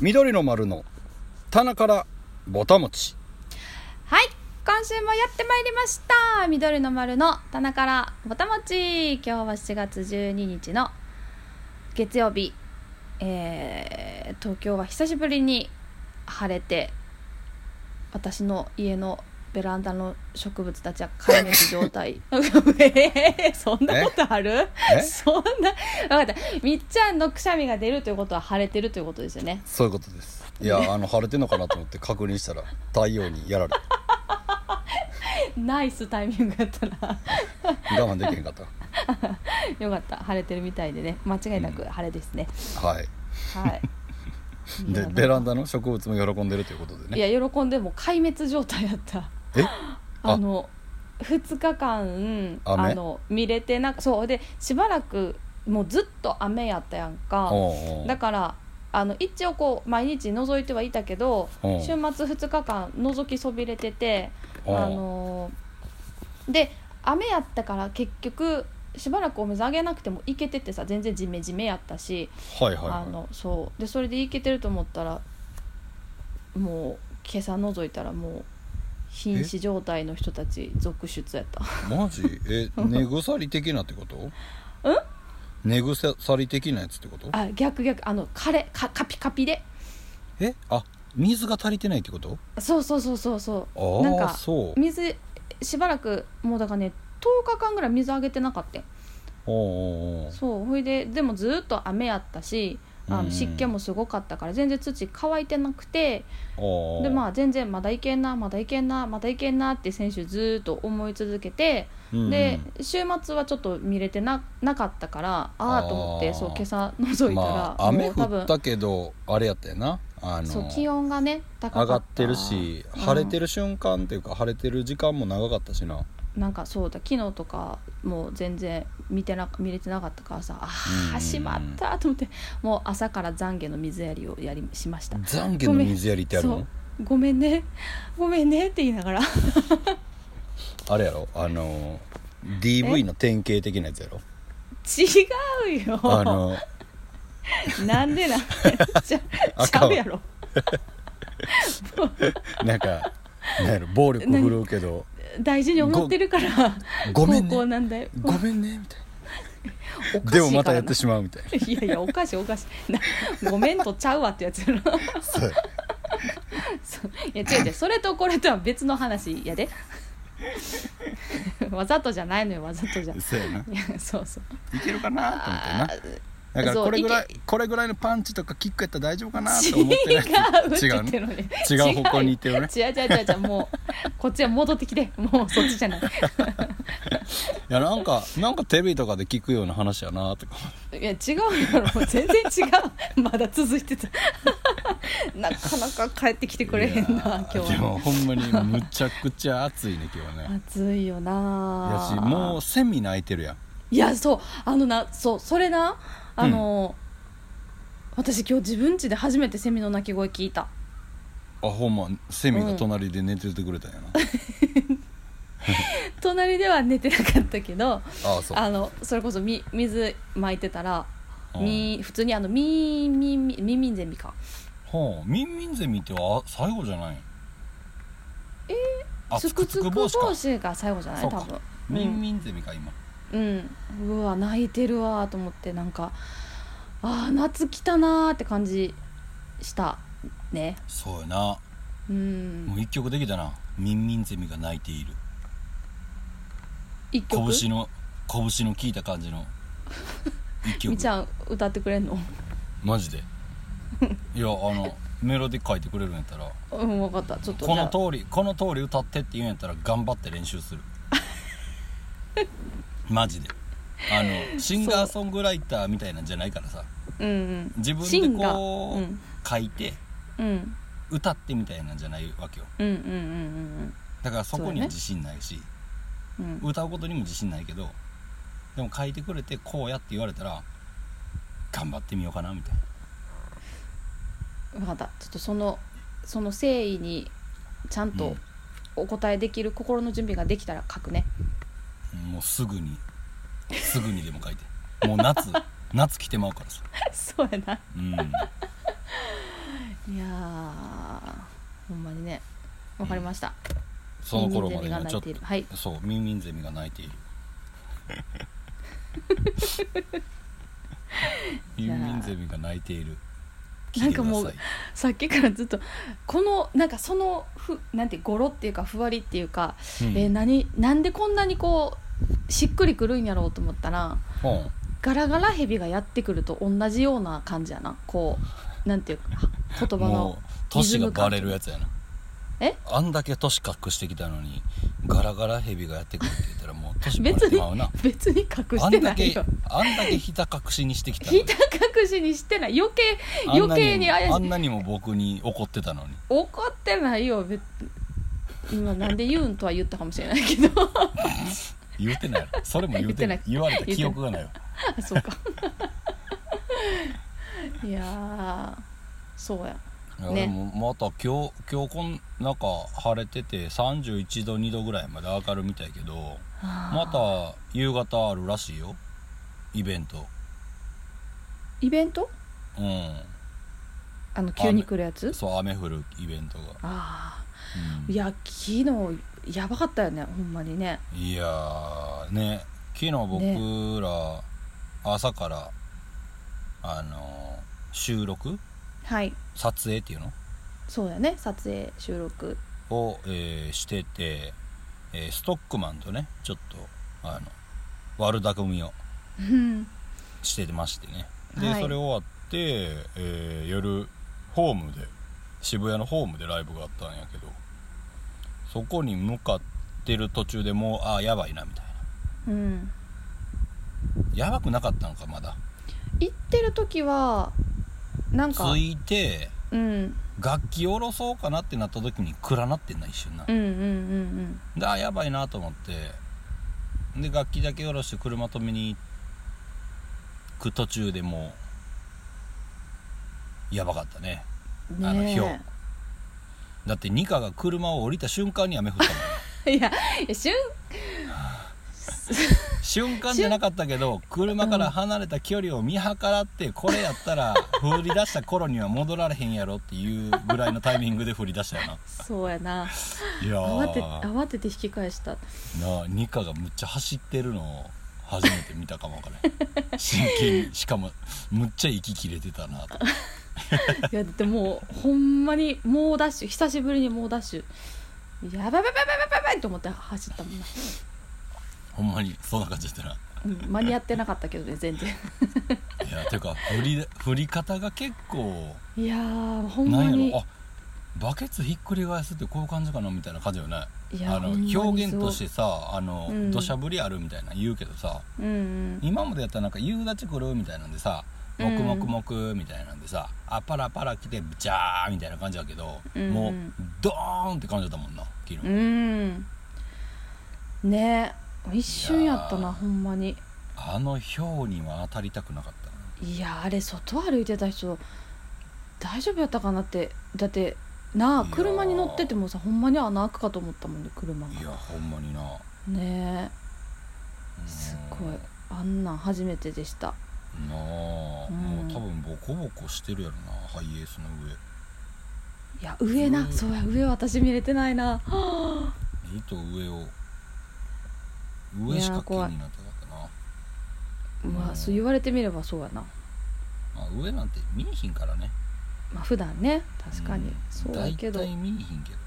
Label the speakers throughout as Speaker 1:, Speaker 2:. Speaker 1: 緑の丸の棚からぼたもち
Speaker 2: はい今週もやってまいりました緑の丸の棚からぼたもち今日は7月12日の月曜日、えー東京は久しぶりに晴れて私の家のベランダの植物たちは壊滅 状態えーそんなことある
Speaker 1: え
Speaker 2: そんな分かったみっちゃんのくしゃみが出るということは晴れてるということですよね
Speaker 1: そういうことですいやあの晴れてんのかなと思って確認したら太陽にやられた
Speaker 2: ナイスタイミングだったな
Speaker 1: 我慢できへんかった
Speaker 2: よかった晴れてるみたいでね間違いなく晴れで すね、
Speaker 1: はい
Speaker 2: はい
Speaker 1: でベランダの植物も喜んでるということで
Speaker 2: い
Speaker 1: ね
Speaker 2: や喜んでも壊滅状態だった
Speaker 1: え
Speaker 2: あの2日間
Speaker 1: 雨
Speaker 2: あの見れてなくそうでしばらくもうずっと雨やったやんか
Speaker 1: おうおう
Speaker 2: だからあの一応こう毎日覗いてはいたけど
Speaker 1: うん
Speaker 2: 週末2日間覗きそびれててあ
Speaker 1: うん
Speaker 2: のーで雨やったから結局しばらくお水あげなくても行けててさ全然ジメジメやったし
Speaker 1: はいはい
Speaker 2: あ
Speaker 1: は
Speaker 2: のそうでそれでいけてると思ったらもう今朝覗いたらもう瀕死状態の人たち続出やった
Speaker 1: いマジ え根腐り的なってことうん根腐り的なやつってこと
Speaker 2: あ逆逆あの枯れかカピカピで
Speaker 1: えあ水が足りてないってこと
Speaker 2: そうそうそうそうそ
Speaker 1: あ
Speaker 2: うなん
Speaker 1: あー
Speaker 2: か
Speaker 1: そう
Speaker 2: 水しばらくもうだからね10日間ぐらい水あげてなかったよ
Speaker 1: おうおうおう
Speaker 2: そうほいででもずっと雨やったしあ
Speaker 1: うん
Speaker 2: の湿気もすごかったから全然土乾いてなくて
Speaker 1: おうおう
Speaker 2: でまあ全然まだいけんなまだいけんなまだいけんなって選手ずーっと思い続けて
Speaker 1: うんうん
Speaker 2: で週末はちょっと見れてななかったからああと思
Speaker 1: あ
Speaker 2: っ
Speaker 1: ー
Speaker 2: てそう今朝覗いたら、
Speaker 1: まあ、雨
Speaker 2: もう多
Speaker 1: 降っ
Speaker 2: 分
Speaker 1: たけどあれやったよなあの
Speaker 2: そう気温がね高かった
Speaker 1: 上がってるし晴れてる瞬間っていうか晴れてる時間も長かったしな、
Speaker 2: うんなんかそうだ昨日とかもう全然見てな見れてなかったからさあ
Speaker 1: うん
Speaker 2: ーしまったと思ってもう朝から懺悔の水やりをやりしました
Speaker 1: 懺悔の水やりってある
Speaker 2: そ
Speaker 1: の
Speaker 2: うごめんねごめんねって言いながら
Speaker 1: あれやろあの DV の典型的なやつ やろ
Speaker 2: 違うよ
Speaker 1: あの
Speaker 2: なんでなん ちゃ
Speaker 1: あ
Speaker 2: ちゃうやろ
Speaker 1: なんかなんやろ暴力振るうけど
Speaker 2: 大事に思ってるから
Speaker 1: ごごめんね
Speaker 2: 高校なんだよ
Speaker 1: 「ごめんね」みたい
Speaker 2: おか
Speaker 1: な
Speaker 2: しい
Speaker 1: で
Speaker 2: から
Speaker 1: も
Speaker 2: な
Speaker 1: またやってしまうみたい ない
Speaker 2: やいやおかしいおかしいなごめんとちゃうわってやつやろ
Speaker 1: そう
Speaker 2: そういや違う違うそれとこれとは別の話やで わざとじゃないのよわざとじゃい
Speaker 1: そうやない
Speaker 2: やそうそう
Speaker 1: けるかなと思ってなだから
Speaker 2: そう
Speaker 1: これぐらい
Speaker 2: い
Speaker 1: これぐらいのパンチとかキックやったら大丈夫かな
Speaker 2: 違
Speaker 1: と思って
Speaker 2: うって
Speaker 1: 違う
Speaker 2: 言っ
Speaker 1: ね
Speaker 2: てるのに
Speaker 1: 違う方向に行ってるね
Speaker 2: 違う違う違う違うもうこっちは戻ってきてもうそっちじゃない
Speaker 1: いやなんかなんかテレビとかで聞くような話やなとか
Speaker 2: いや違うやろ全然違うまだ続いてたなかなか帰ってきてくれへん
Speaker 1: いや
Speaker 2: な今
Speaker 1: ー
Speaker 2: 日
Speaker 1: で
Speaker 2: は
Speaker 1: もほんまにむちゃくちゃ暑いね今日はね
Speaker 2: 暑いよ
Speaker 1: や
Speaker 2: な
Speaker 1: しもうセミ鳴いてるやん
Speaker 2: いやそうあのなそうそれなあの、私今日自分家で初めてセミの鳴き声聞いた
Speaker 1: あほんまセミが隣で寝ててくれたんやな、
Speaker 2: 隣では寝てなかったけ
Speaker 1: あ
Speaker 2: ど
Speaker 1: あそう
Speaker 2: あのそれこそみ水まいてたら
Speaker 1: うん
Speaker 2: み普通にあのみーみーみーみーみんゼミか
Speaker 1: ほうミンミンゼミっては最後じゃないえあ
Speaker 2: つ
Speaker 1: つく
Speaker 2: く
Speaker 1: つ
Speaker 2: つ
Speaker 1: く
Speaker 2: く
Speaker 1: 帽
Speaker 2: 帽
Speaker 1: 子か
Speaker 2: 子が最後じゃない
Speaker 1: そうか
Speaker 2: 多分
Speaker 1: ミンミンゼミか今
Speaker 2: うん、うわ泣いてるわと思ってなんかあー夏来たなーって感じしたね
Speaker 1: そうやな
Speaker 2: うん
Speaker 1: もう一曲できたなミンミンゼミが鳴いている
Speaker 2: 一曲
Speaker 1: 拳の拳の効いた感じの一 曲
Speaker 2: みちゃん歌ってくれんの
Speaker 1: マジで いやあのメロディー書いてくれるんやったら
Speaker 2: うん分かったちょっと
Speaker 1: こ
Speaker 2: じゃ
Speaker 1: の
Speaker 2: あ
Speaker 1: 通りこの通り歌ってって言うんやったら頑張って練習 するマジであのシンガーソングライターみたいなんじゃないからさ
Speaker 2: うんうん
Speaker 1: 自
Speaker 2: シ
Speaker 1: 分
Speaker 2: ン
Speaker 1: で
Speaker 2: ガ
Speaker 1: こ
Speaker 2: ー
Speaker 1: う、
Speaker 2: うん
Speaker 1: 書いて
Speaker 2: うん
Speaker 1: 歌ってみたいなんじゃないわけよ
Speaker 2: うんうんうんうん
Speaker 1: だからそこ
Speaker 2: そ
Speaker 1: に
Speaker 2: うやね
Speaker 1: は自信ないし、
Speaker 2: うんうん
Speaker 1: 歌うことにも自信ないけどでも書いてくれてこうやって言われたら頑張ってみようかなみたいな
Speaker 2: 分かったちょっとそのその誠意にちゃん
Speaker 1: う
Speaker 2: と
Speaker 1: ん
Speaker 2: お答えできる心の準備ができたら書くね
Speaker 1: もうすぐにすぐにでも書い てもう夏夏来てまうからさ
Speaker 2: そうやな
Speaker 1: うん
Speaker 2: わかりました
Speaker 1: その頃までには
Speaker 2: ミンミ
Speaker 1: ちょ
Speaker 2: ンゼミが鳴
Speaker 1: っ
Speaker 2: い
Speaker 1: て
Speaker 2: いる
Speaker 1: と
Speaker 2: はい
Speaker 1: そうミンミンゼミが鳴いているミンミンゼミが鳴いてい る
Speaker 2: なんかもう
Speaker 1: 聞いてくだ
Speaker 2: さっきからずっとこのなんかそのふなんて語呂っていうかふわりっていうか、
Speaker 1: さいうん
Speaker 2: えー何なんでこんなにこうしっくりくるんやろうと思ったら
Speaker 1: うん
Speaker 2: ガラガラヘビがやってくると同じような感じやなこうなんていうか言葉の
Speaker 1: もう年がバレるやつやな
Speaker 2: え
Speaker 1: あんだけ年隠してきたのにガラガラヘビがやってくるって言ったらもう年バレ
Speaker 2: 別
Speaker 1: て
Speaker 2: に
Speaker 1: まうな
Speaker 2: 別に隠
Speaker 1: あ
Speaker 2: し
Speaker 1: ん
Speaker 2: て
Speaker 1: だ
Speaker 2: ない
Speaker 1: け
Speaker 2: よ
Speaker 1: あんだけひた隠しにしてきたの
Speaker 2: ひ
Speaker 1: に
Speaker 2: た隠しにしてない余計
Speaker 1: あんな
Speaker 2: 余計に怪しい
Speaker 1: あんなにも僕に怒ってたのに
Speaker 2: 怒ってないよ別今なんで言うんとは言ったかもしれな いけど
Speaker 1: 言うてないやろそれも言うてない言
Speaker 2: 言
Speaker 1: われ
Speaker 2: て
Speaker 1: た
Speaker 2: ない
Speaker 1: 記憶がないわ
Speaker 2: あそうかいやーそうや
Speaker 1: い
Speaker 2: 言
Speaker 1: や
Speaker 2: うてない
Speaker 1: でもまた今日今日こんなんか晴れてて31度2度ぐらいまで上がるみたいけどま
Speaker 2: あー
Speaker 1: た夕方あるらしいよイベント
Speaker 2: イベント
Speaker 1: うん
Speaker 2: あの急に来るやつ
Speaker 1: そう雨降るイベントが、
Speaker 2: あ
Speaker 1: うん
Speaker 2: あいや昨日やばかったよねほんまにね
Speaker 1: いやーね昨日僕ら朝から、あのー収録
Speaker 2: はい
Speaker 1: 撮影っていうの
Speaker 2: そうやね撮影収録
Speaker 1: を、えーしてて、えーストックマンとねちょっとあの悪巧みを
Speaker 2: うん
Speaker 1: してましてねで、
Speaker 2: はい
Speaker 1: それ終わって、えー夜ホームで渋谷のホームでライブがあったんやけどそこに向かってる途中でもうああやばいなみたいな
Speaker 2: うん
Speaker 1: やばくなかったのかまだ
Speaker 2: 行ってる時はなんか
Speaker 1: ついて
Speaker 2: うん
Speaker 1: 楽器下ろそうかなってなった時に暗なってんな一瞬な、
Speaker 2: うんうんうん
Speaker 1: であやばいなと思ってで楽器だけ下ろして車止めに行く途中でもうやばかったね
Speaker 2: うん
Speaker 1: あの
Speaker 2: ねえ
Speaker 1: ひょだってニカが車を降りた瞬間に雨降ったもん
Speaker 2: いやいや瞬
Speaker 1: 瞬間じゃなかったけど車から離れた距離を見計らってこれやったら降り出した頃には戻られへんやろっていうぐらいのタイミングで降り出したよな
Speaker 2: そうやない
Speaker 1: や
Speaker 2: 慌て
Speaker 1: ー
Speaker 2: 慌てて引き返した
Speaker 1: なあニカがむっちゃ走ってるのを初めて見たかもわから ない真剣にしかもむっちゃ息切れてたなと
Speaker 2: いやだってもうほんまに猛ダッシュ久しぶりに猛ダッシュやばいやばいやばいやばいやばいと思って走ったもんな、
Speaker 1: ほんまにそんな感じだったな
Speaker 2: うん、間に合ってなかったけどね全然
Speaker 1: いやてか振り振り方が結構
Speaker 2: いやーほん
Speaker 1: な
Speaker 2: ま
Speaker 1: ん
Speaker 2: に
Speaker 1: やろあバケツひっくり返すってこういう感じかなみたいな感じよね
Speaker 2: いや
Speaker 1: あの
Speaker 2: ほんまにそう
Speaker 1: 表現としてさあの、
Speaker 2: うん
Speaker 1: 土砂降りあるみたいな言うけどさ
Speaker 2: うんうん
Speaker 1: 今までやったらなんか夕立来るみたいなんでさ「
Speaker 2: うん
Speaker 1: もくもくもく」みたいなんでさ「あパラパラ来てブチャー」みたいな感じだけど、
Speaker 2: うん
Speaker 1: もうドーンって感じだったもんな昨日、
Speaker 2: うんね一瞬やった
Speaker 1: いや
Speaker 2: な
Speaker 1: ー
Speaker 2: ほんまに
Speaker 1: あの氷には当たりたくなかったない
Speaker 2: やあれ外歩いてた人大丈夫やったかなってだってないあ
Speaker 1: やー
Speaker 2: 車に乗っててもさほんまに穴開くかと思ったもんね車が
Speaker 1: いやほんまにな
Speaker 2: ね
Speaker 1: うん
Speaker 2: えすっごいあんなん初めてでした
Speaker 1: なあ、
Speaker 2: うん
Speaker 1: もう多分ボコボコしてるやろなハイエースの上
Speaker 2: いや上な、
Speaker 1: うん
Speaker 2: そうや上私見れてないなはあ
Speaker 1: ずっと上を上しか気になってなかったな、
Speaker 2: まあそう言われてみればそうやな
Speaker 1: まあ、上なんて見えひんからね
Speaker 2: まあ普段ね確かに、
Speaker 1: うん
Speaker 2: そうやけど、
Speaker 1: 大体見えひんけど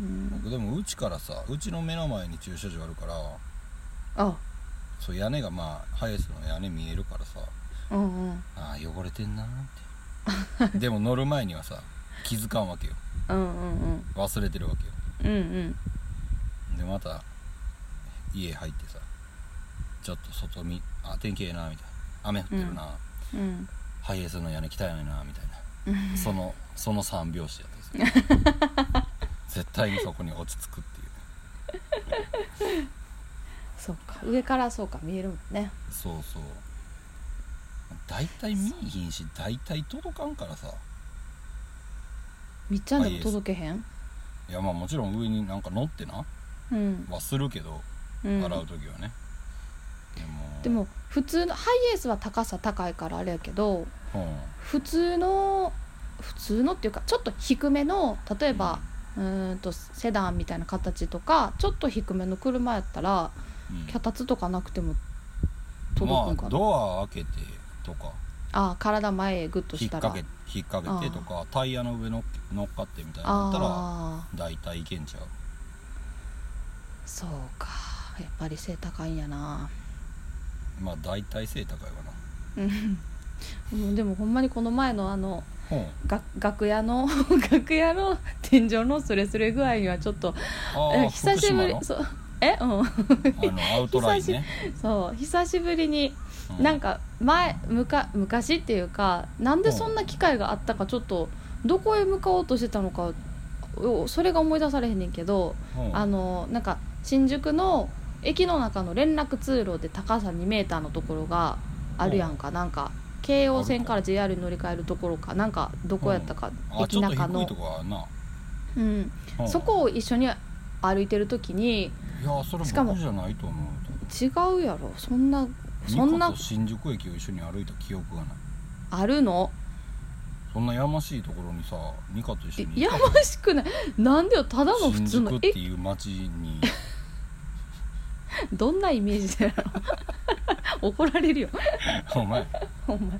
Speaker 2: うん、
Speaker 1: 僕でもうちからさうちの目の前に駐車場あるから
Speaker 2: あ
Speaker 1: そう屋根がまあハイエースの屋根見えるからさ
Speaker 2: うんうん
Speaker 1: ああ汚れてんなーって でも乗る前にはさ気づかんわけよ
Speaker 2: うんうんうん
Speaker 1: 忘れてるわけよ
Speaker 2: うんうん
Speaker 1: でまた家入ってさちょっと外見あ天気ええなみたいな雨降ってるな、
Speaker 2: うん
Speaker 1: ハイエースの屋根汚いなみたいな
Speaker 2: うん
Speaker 1: そのその三拍子やったんです よ絶対にそこに落ち着くっていう
Speaker 2: そうか上からそうか見えるもんね
Speaker 1: そうそう大体見えひんし大体届かんからさ
Speaker 2: みっちゃんでも届けへん
Speaker 1: いやまあもちろん上になんか乗ってな
Speaker 2: うん、
Speaker 1: はするけど
Speaker 2: うん、
Speaker 1: 払う時はね、
Speaker 2: で
Speaker 1: でも
Speaker 2: も普通のハイエースは高さ高いからあれやけど
Speaker 1: うん
Speaker 2: 普通の普通のっていうかちょっと低めの例えばうーんとセダンみたいな形とかちょっと低めの車やったら
Speaker 1: うん
Speaker 2: 脚立とかなくても届くんか
Speaker 1: まあ、
Speaker 2: な、
Speaker 1: ドア開けてとか
Speaker 2: ああ体前へグッと
Speaker 1: 引っ
Speaker 2: したら
Speaker 1: 掛け引っ掛けてとかタイヤの上乗っ乗っかってみたいなのやったら
Speaker 2: ああ
Speaker 1: 大体いけんちゃう
Speaker 2: そうかやっぱり背高いんやな
Speaker 1: まあ大体背高いわな
Speaker 2: うん もうでもほんまにこの前のあの
Speaker 1: ほ ん
Speaker 2: が楽屋の 楽屋の天井のスレスレ具合にはちょっと
Speaker 1: あ
Speaker 2: え
Speaker 1: あ
Speaker 2: 久
Speaker 1: 福
Speaker 2: しぶ
Speaker 1: 島
Speaker 2: り
Speaker 1: の
Speaker 2: そうえうん
Speaker 1: あのアウトラインね、
Speaker 2: そう久しぶりに
Speaker 1: う
Speaker 2: なんか前むか昔っていうかなんでそんな機会があったかちょっとどこへ向かおうとしてたのかおそれが思い出されへんねんけど
Speaker 1: ほん
Speaker 2: あのなんか新宿の駅の中の連絡通路で高さ2メーターのところがあるやんかなんか京王線から JR に乗り換えるところかなんかどこやったか
Speaker 1: あち
Speaker 2: 駅
Speaker 1: ょっと
Speaker 2: 中
Speaker 1: 低い
Speaker 2: の
Speaker 1: とこあるな、
Speaker 2: うん
Speaker 1: うん
Speaker 2: そこを一緒に歩いてる時に
Speaker 1: いやそれ
Speaker 2: しかも
Speaker 1: 僕じゃないと思う
Speaker 2: 違うやろそんなそ
Speaker 1: そ
Speaker 2: ん
Speaker 1: んな
Speaker 2: な
Speaker 1: と新宿駅を一緒に歩いた記憶がない
Speaker 2: あるの
Speaker 1: そんなやましいところにさニカと一緒に
Speaker 2: えやましくないなんでよただの普
Speaker 1: 新
Speaker 2: 通
Speaker 1: 宿
Speaker 2: の
Speaker 1: って
Speaker 2: え
Speaker 1: いう街に
Speaker 2: どんなイメージだろ怒られるよ
Speaker 1: お前
Speaker 2: お前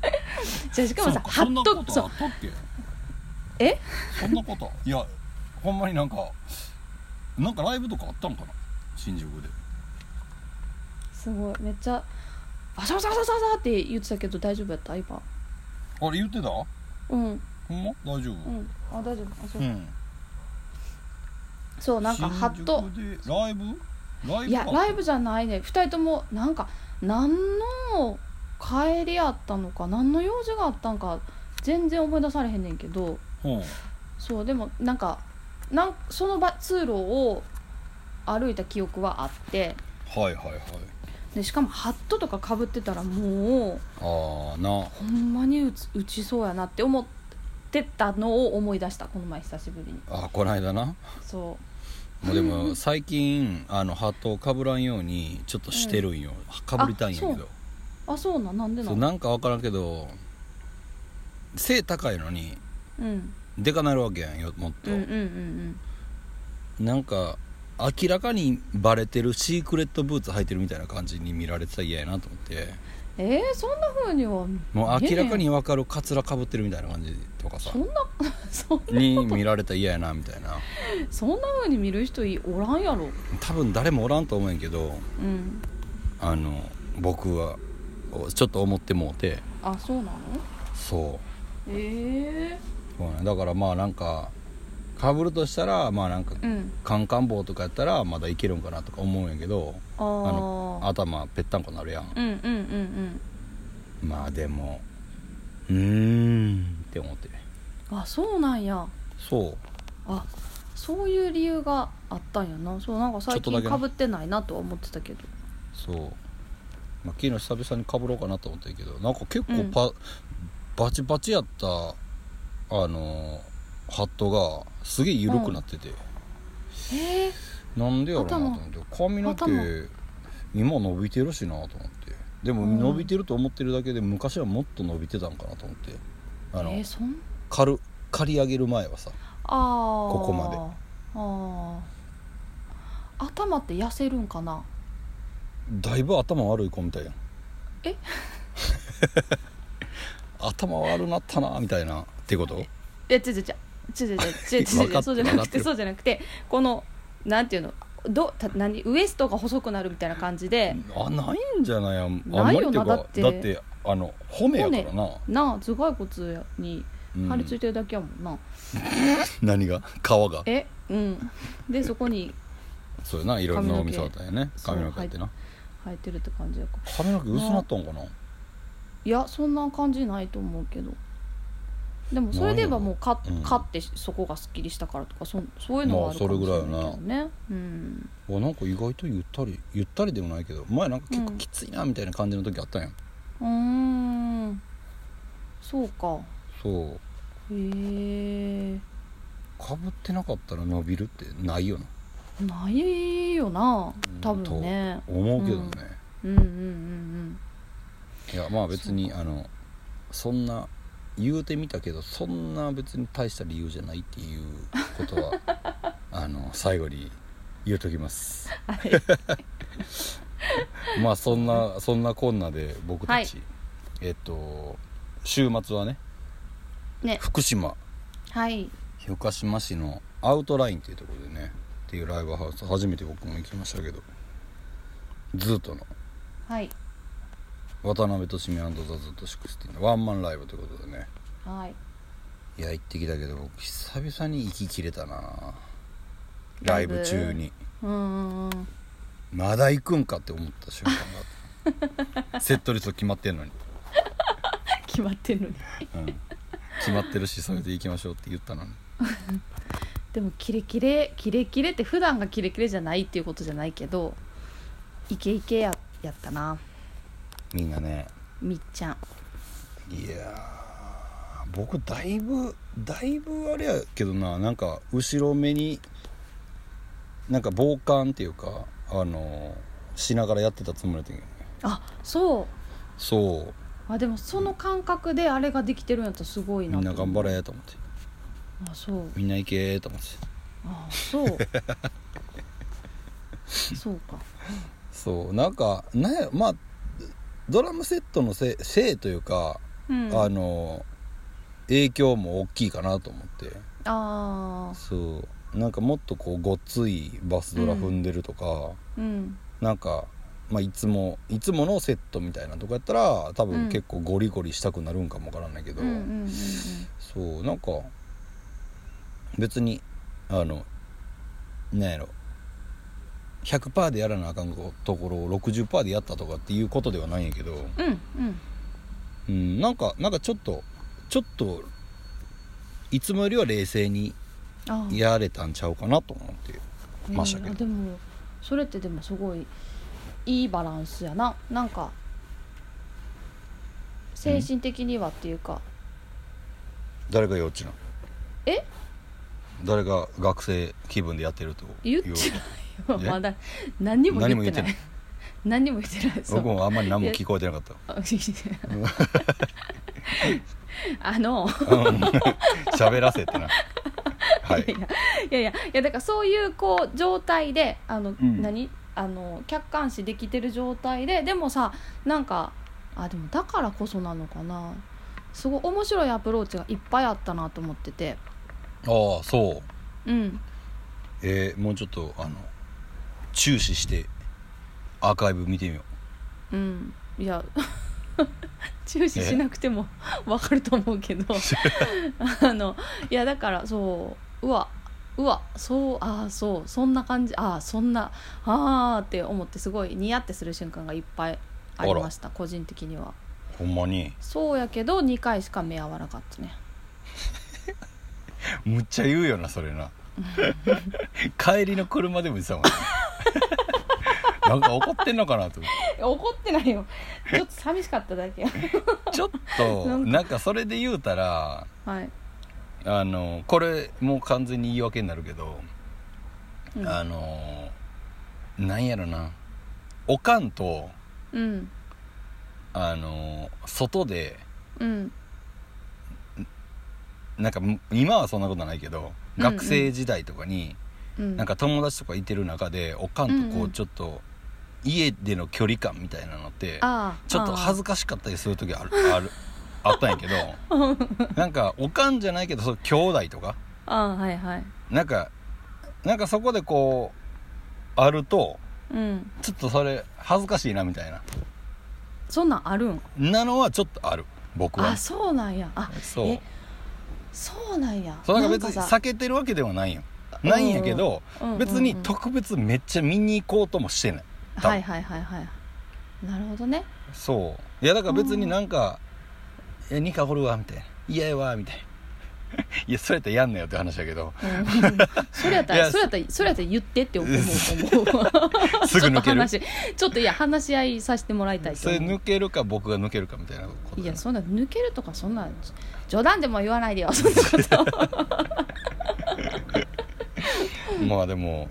Speaker 2: じゃあしかも
Speaker 1: そ
Speaker 2: さ
Speaker 1: うか
Speaker 2: ハ
Speaker 1: そん
Speaker 2: ッ
Speaker 1: な
Speaker 2: と
Speaker 1: こと
Speaker 2: そ
Speaker 1: あ
Speaker 2: う
Speaker 1: ったっけ
Speaker 2: え
Speaker 1: そんなこといやほんまになんかなんかライブとかあったんかな新宿です
Speaker 2: ごいめっちゃバサバサバサバサって言ってたけど大丈夫やった今
Speaker 1: あれ言ってたほ
Speaker 2: うんうん
Speaker 1: んま大丈夫
Speaker 2: あ大丈夫あそう,、
Speaker 1: うん
Speaker 2: そうなんかハッと
Speaker 1: 新宿でライブライブ
Speaker 2: いや
Speaker 1: か
Speaker 2: ライブじゃないね2人ともなんか何の帰りやったのか何の用事があったんか全然思い出されへんねんけど
Speaker 1: ほう
Speaker 2: そうでもなんかなんその場通路を歩いた記憶はあって
Speaker 1: はいはいはい
Speaker 2: でしかもハットとかかぶってたらもう
Speaker 1: ああな
Speaker 2: ほんまに打ち打ちそうやなって思ってたのを思い出したこの前久しぶりに
Speaker 1: あこないだな
Speaker 2: そ
Speaker 1: もうでも最近あのハットをかぶらんようにちょっとしてるんよ、かぶりたいんやけ
Speaker 2: あそ
Speaker 1: ど
Speaker 2: うあそうなんなんでな
Speaker 1: そうなんか分からんけど背高いのに
Speaker 2: うん、うん
Speaker 1: でかなるわけやんよもっと、
Speaker 2: うんうんうん
Speaker 1: なんか明らかにバレてるシークレットブーツ履いてるみたいな感じに見られてたら嫌やなと思って
Speaker 2: えー、そんな風には
Speaker 1: もう明
Speaker 2: 見えへん
Speaker 1: らかに分かるカツラかぶってるみたいな感じとかさ
Speaker 2: そんな そん
Speaker 1: に見られたら嫌やなみたいな
Speaker 2: そんな風に見る人いおらんやろ
Speaker 1: 多分誰もおらんと思うんやけど
Speaker 2: うん
Speaker 1: あの僕はちょっと思ってもうて
Speaker 2: あそうなの
Speaker 1: そう
Speaker 2: え
Speaker 1: そうねだからまあなんかかぶるとしたらまあなんか
Speaker 2: えうん
Speaker 1: カンカン帽とかやったらまだいけるんかなとか思うんやけど
Speaker 2: あーあ
Speaker 1: 頭ぺったんこなるやん
Speaker 2: うんうんうんうん
Speaker 1: まあでもうーんって思って
Speaker 2: あそうなんや
Speaker 1: そう
Speaker 2: あそういう理由があったんやなそうなんか最
Speaker 1: ちょっとだ
Speaker 2: 近
Speaker 1: け
Speaker 2: か
Speaker 1: な
Speaker 2: ぶってないなとは思ってたけど
Speaker 1: そう、まあ、昨日久々にかぶろうかなと思ったけどなんか結構パ、バチバチやったあのーハットがすげえ緩くなってて、
Speaker 2: ええ
Speaker 1: なんでやろうなと思って髪の毛
Speaker 2: 頭
Speaker 1: 今伸びてるしなと思ってでも
Speaker 2: うん
Speaker 1: 伸びてると思ってるだけで昔はもっと伸びてたんかなと思ってあの、
Speaker 2: えー、そん
Speaker 1: 刈る刈り上げる前はさ
Speaker 2: ああ
Speaker 1: ここまで
Speaker 2: ああ頭って痩せるんかな
Speaker 1: だいぶ頭悪い子みたいやん
Speaker 2: え
Speaker 1: 頭悪なったなみたいなってこと
Speaker 2: いや違う違う違う違う違う違う違 う
Speaker 1: 分かってる
Speaker 2: そうじゃな
Speaker 1: 分
Speaker 2: く
Speaker 1: かって
Speaker 2: て
Speaker 1: る
Speaker 2: そうじゃなくてこのなんていうのどた何ウエストが細くなるみたいな感じで
Speaker 1: あないんじゃないあんあ
Speaker 2: なん
Speaker 1: まり
Speaker 2: いよ
Speaker 1: ってい
Speaker 2: な
Speaker 1: うか
Speaker 2: だ
Speaker 1: だ
Speaker 2: っ
Speaker 1: っててあの骨やからな、
Speaker 2: なあ頭蓋骨に
Speaker 1: うん
Speaker 2: 張り付いてるだけやもんな、
Speaker 1: 何が皮が
Speaker 2: えうんでそこに
Speaker 1: そうやないろん
Speaker 2: 髪
Speaker 1: な
Speaker 2: の毛
Speaker 1: お店あったんやね
Speaker 2: そう
Speaker 1: 髪の毛やってな
Speaker 2: 生えてるって感じやから
Speaker 1: 髪の毛薄なったんかない
Speaker 2: やそんな感じないと思うけどでもそれで言えばもうか
Speaker 1: うん
Speaker 2: 勝ってそこがすっきりしたからとかそんそういうのはあるかもしれないけどね、
Speaker 1: まあそれぐ
Speaker 2: うん
Speaker 1: わなんか意外とゆったりゆったりでもないけど前なんか結構
Speaker 2: うん
Speaker 1: きついなみたいな感じの時あったんや、
Speaker 2: うーんそうか
Speaker 1: そう
Speaker 2: へえ
Speaker 1: かぶってなかったら伸びるってないよな
Speaker 2: ないよな多分ね
Speaker 1: 思うけどね、
Speaker 2: うんうんうん
Speaker 1: いやまあ別にあのそんな言うてみたけどそんな別に大した理由じゃないっていうことは あの最後に言うときます
Speaker 2: はい
Speaker 1: まあそんなそんなこんなで僕たち、えっと週末はね
Speaker 2: ね
Speaker 1: 福島
Speaker 2: はい
Speaker 1: 日岡島市のアウトラインっていうところでねっていうライブハウス初めて僕も行きましたけどずっとの
Speaker 2: はい
Speaker 1: 渡辺としみザ・ずっとシックスティーンのワンマンライブということでね
Speaker 2: はい
Speaker 1: いや行ってきたけど僕久々に息切れたなライブ中に
Speaker 2: うんうんうん
Speaker 1: まだ行くんかって思った瞬間があ ったセットリスト決まってんのに、
Speaker 2: 決まってるのに
Speaker 1: うん、決まってるしそれで行きましょうって言ったのに
Speaker 2: でもキレキレキレキレって普段がキレキレじゃないっていうことじゃないけどイケイケややったな
Speaker 1: みんなね
Speaker 2: みっちゃん
Speaker 1: いやー僕だいぶだいぶあれやけどななんか後ろ目になんか防寒っていうかあのしながらやってたつもりだったんやけどね
Speaker 2: あそう
Speaker 1: そう
Speaker 2: あでもその感覚であれができてるんやったらすごい
Speaker 1: み
Speaker 2: なんと
Speaker 1: な
Speaker 2: 思う
Speaker 1: 頑張れと思って
Speaker 2: あそう
Speaker 1: みんな行けーと思って
Speaker 2: あそうそう か
Speaker 1: そうなんかねまあドラムセットのせいせいというか、
Speaker 2: うん
Speaker 1: あの影響も大きいかなと思って
Speaker 2: あー
Speaker 1: そうなんかもっとこうごっついバスドラ踏んでるとか、
Speaker 2: うん
Speaker 1: なんか、まあ、いつもいつものセットみたいなとこやったら多
Speaker 2: うん
Speaker 1: 分結構ゴリゴリしたくなるんかもわからないけど、
Speaker 2: うんうんうんうん
Speaker 1: そうなんか別にあのなんやろ100%でやらなあかんところを60%でやったとかっていうことではないんやけど、
Speaker 2: うん
Speaker 1: う
Speaker 2: うん
Speaker 1: ん、なんかなんかちょっとちょっといつもよりは冷静に
Speaker 2: あー
Speaker 1: やれたんちゃうかなと思ってましたけど
Speaker 2: うんあでもそれってでもすごいいいバランスやななんか精神的にはっていうか、
Speaker 1: 誰が幼稚なの
Speaker 2: え
Speaker 1: 誰が学生気分でやってると
Speaker 2: 言ってない
Speaker 1: え
Speaker 2: よまだ何にも言っ
Speaker 1: 何
Speaker 2: て
Speaker 1: も言って
Speaker 2: な
Speaker 1: ない
Speaker 2: い 何にも言ってないそ う
Speaker 1: 僕もあんまり何も聞こえてなかった
Speaker 2: ああ
Speaker 1: う
Speaker 2: の
Speaker 1: ん喋らせって なはいい
Speaker 2: やいやいやだからそういうこう状態であの、
Speaker 1: ん
Speaker 2: 何あの客観視できてる状態ででもさなんかあでもだからこそなのかなすごい面白いアプローチがいっぱいあったなと思ってて
Speaker 1: ああそう
Speaker 2: うん
Speaker 1: えーもうちょっとあの注視してアーカイブ見てみよ
Speaker 2: うんいや 注視しなくてもわかると思うけ どあのいやだからそううわうわそうああそうそんな感じああそんなああって思ってすごいニヤってする瞬間がいっぱいありました個人的には
Speaker 1: うほんまに
Speaker 2: そうやけど2回しか目合わなかったね
Speaker 1: むっちゃ言うよなそれな帰りの車でも言ってたも んねなんか怒ってんのかなと思って
Speaker 2: 怒ってないよちょっと寂しかっただけ
Speaker 1: ちょっ
Speaker 2: な
Speaker 1: と
Speaker 2: んか
Speaker 1: なんかそれで言うたら
Speaker 2: はい
Speaker 1: あのこれもう完全に言い訳になるけど、
Speaker 2: うん
Speaker 1: あのなんやろなおかんと
Speaker 2: うん
Speaker 1: あの外で
Speaker 2: うん
Speaker 1: なんかむ今はそんなことないけど、
Speaker 2: うん
Speaker 1: 学生時代とかに
Speaker 2: うん
Speaker 1: なんか友達とかいてる中でおかんと
Speaker 2: うん
Speaker 1: こ
Speaker 2: う
Speaker 1: うんちょっと家での距離感みたいなのって
Speaker 2: ああ
Speaker 1: ちょっと恥
Speaker 2: ず
Speaker 1: ずかしかったりする時あるあ るあったんやけどなんかおかんじゃないけどそう兄弟とか
Speaker 2: ああはいはい
Speaker 1: なんかなんかそこでこうあると
Speaker 2: うん
Speaker 1: ちょっとそれ恥ずかしいなみたいな
Speaker 2: そんなんあるん
Speaker 1: なのはちょっとある僕は
Speaker 2: あそうなんやあ
Speaker 1: そう
Speaker 2: えそうなんや
Speaker 1: そうなんか別に
Speaker 2: さ
Speaker 1: 避けてるわけではないよないんやけど、
Speaker 2: うんうんうん
Speaker 1: 別に特別めっちゃ見に行こうともしてない多分
Speaker 2: はいはいはいはいなるほどね
Speaker 1: そういやだから別になんか「えニカおるわ」みたいな「嫌やわ」みたいな 「いやそれやったらやんなよ」って話だけど
Speaker 2: うん それやった
Speaker 1: い
Speaker 2: ら
Speaker 1: や
Speaker 2: それやったらそれやったら言ってって思う思う
Speaker 1: すぐ抜ける
Speaker 2: ちょっと話ちょっといや話し合いさせてもらいたい
Speaker 1: そ
Speaker 2: と
Speaker 1: れ
Speaker 2: 思う
Speaker 1: 抜けるか僕が抜けるかみたいなことだ
Speaker 2: い
Speaker 1: よ
Speaker 2: や
Speaker 1: ね
Speaker 2: そんな抜けるとかそんな冗談でも言わないで よそんなこと
Speaker 1: まあでも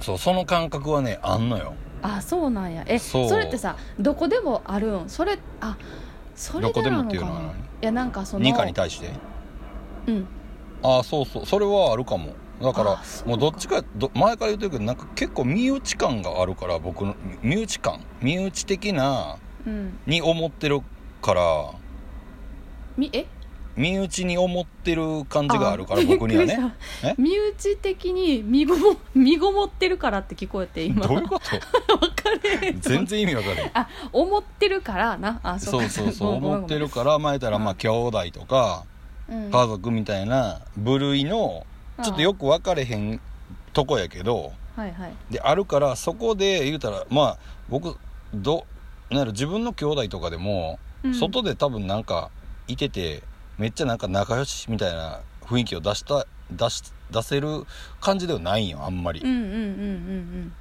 Speaker 1: そうその感覚はねあんのよ
Speaker 2: あそうなんやえ
Speaker 1: そ
Speaker 2: そうれってさどこでもあるんそれあそれ
Speaker 1: どこ
Speaker 2: で
Speaker 1: でも
Speaker 2: な
Speaker 1: っ
Speaker 2: の
Speaker 1: て
Speaker 2: か
Speaker 1: いうのは
Speaker 2: な
Speaker 1: 何
Speaker 2: いやなんかその
Speaker 1: ニカに対して
Speaker 2: うん
Speaker 1: ああそうそうそれはあるかもだか
Speaker 2: あ
Speaker 1: ら
Speaker 2: ー
Speaker 1: もうどっちかど前から言ってるけどなんか結構身内感があるから僕の身内感身内的な
Speaker 2: うん
Speaker 1: に思ってるから
Speaker 2: みえ
Speaker 1: 身内に思ってる感じがあるから僕には
Speaker 2: び
Speaker 1: ね
Speaker 2: っくりし
Speaker 1: え
Speaker 2: た身内的に身ごも 身ごもってるからって聞こえて今
Speaker 1: どういうこと
Speaker 2: 分かれへんと思
Speaker 1: 全
Speaker 2: って
Speaker 1: 然意味わかんない
Speaker 2: あ思ってるからなあ
Speaker 1: そうそうそう思って
Speaker 2: る
Speaker 1: るから前たらまあ兄弟とか家族みたいな部類のちょっとよく分かれへんとこやけど
Speaker 2: はいはい
Speaker 1: であるからそこで言うたらまあ僕どなんやろ自分の兄弟とかでも、
Speaker 2: うん
Speaker 1: 外で多分なんかいててめっちゃなんか仲良しみたいな雰囲気を出した出し出せる感じではないんよあんまり、
Speaker 2: うんうんうんうんうん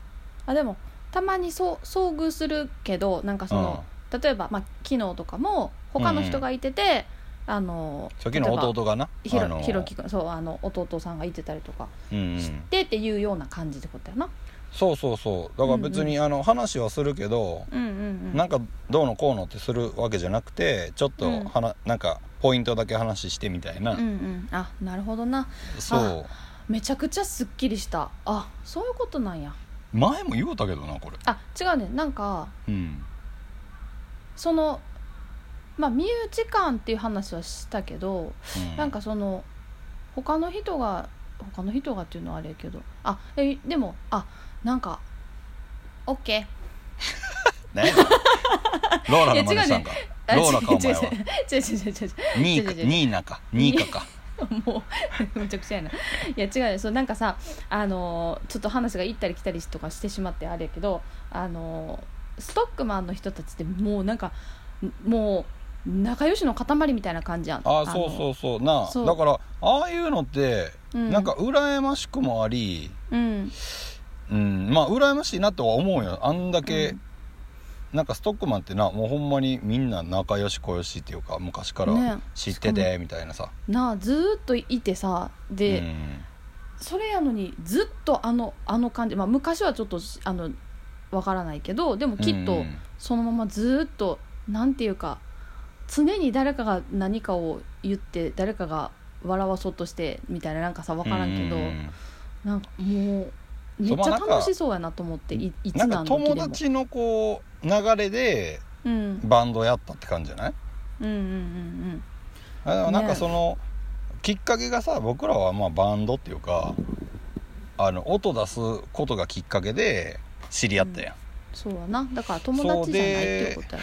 Speaker 2: あでもたまにそう遭遇するけどなんかその、例えば、まあ、昨日とかも他の人がいてて、あの
Speaker 1: 初期の弟がな
Speaker 2: 例えばひろ,、
Speaker 1: あの
Speaker 2: ひろきくんそうあの弟さんがいてたりとか
Speaker 1: うんうん
Speaker 2: してっていうような感じってことやな
Speaker 1: そうそうそうだから別に、あの話はするけど、
Speaker 2: うんうんうん
Speaker 1: なんかどうのこうのってするわけじゃなくてちょっと
Speaker 2: うん
Speaker 1: はな,、なんかポイントだけ話してみたいな、
Speaker 2: うんうんあなるほどな
Speaker 1: そう
Speaker 2: めちゃくちゃすっきりしたあそういうことなんや
Speaker 1: 前も言うたけどなこれ
Speaker 2: あ違うねなんか
Speaker 1: うん
Speaker 2: そのまあ身内感っていう話はしたけど
Speaker 1: う
Speaker 2: なんかその他の人が他の人がっていうのはあれやけどあえでもあなんか OK
Speaker 1: ね ローラの真似したんか
Speaker 2: あ
Speaker 1: ローラか
Speaker 2: 違う
Speaker 1: お前は
Speaker 2: 違う違
Speaker 1: ニー
Speaker 2: う違う違う違う
Speaker 1: カ
Speaker 2: 違う違う
Speaker 1: ニーナかニーカか
Speaker 2: もうめちゃくちゃやないや違うよそうなんかさあのーちょっと話が行ったり来たりとかしてしまってあれやけどあのーストックマンの人たちってもうなんかもう仲良しの塊みたいな感じやん
Speaker 1: ああそうそうそうなあ
Speaker 2: そう
Speaker 1: だからああいうのって、
Speaker 2: うん
Speaker 1: なんか羨ましくもあり
Speaker 2: ううん
Speaker 1: うんまあ羨ましいなとは思うよあんだけ、
Speaker 2: うん
Speaker 1: なんかストックマンってなもうほんまにみんな仲良し小良しっていうか昔から
Speaker 2: ね
Speaker 1: 知っててみたいなさ、
Speaker 2: なあずーっといてさで、
Speaker 1: うん
Speaker 2: それやのにずっとあのあの感じ、まあ、昔はちょっとしあのわからないけどでもきっ
Speaker 1: うんう
Speaker 2: と
Speaker 1: ん
Speaker 2: そのままずっとなんていうか常に誰かが何かを言って誰かが笑わそうとしてみたいななんかさわからんけど、
Speaker 1: うん
Speaker 2: なんかもうめ
Speaker 1: そう
Speaker 2: っちゃ
Speaker 1: まあなんか
Speaker 2: 楽しそうやなと思っていい
Speaker 1: な
Speaker 2: つ
Speaker 1: ん
Speaker 2: な
Speaker 1: か
Speaker 2: ん時で
Speaker 1: 友
Speaker 2: も
Speaker 1: 達のこう流れで
Speaker 2: うん、うん
Speaker 1: バンドやったって感じじゃない
Speaker 2: うんうんうん
Speaker 1: あでもなんか
Speaker 2: ね
Speaker 1: その、きっかけがさ僕らはまあバンドっていうかあの音出すことがきっかけで知り合ったやん、
Speaker 2: そうやなだから友達じゃないっていうことや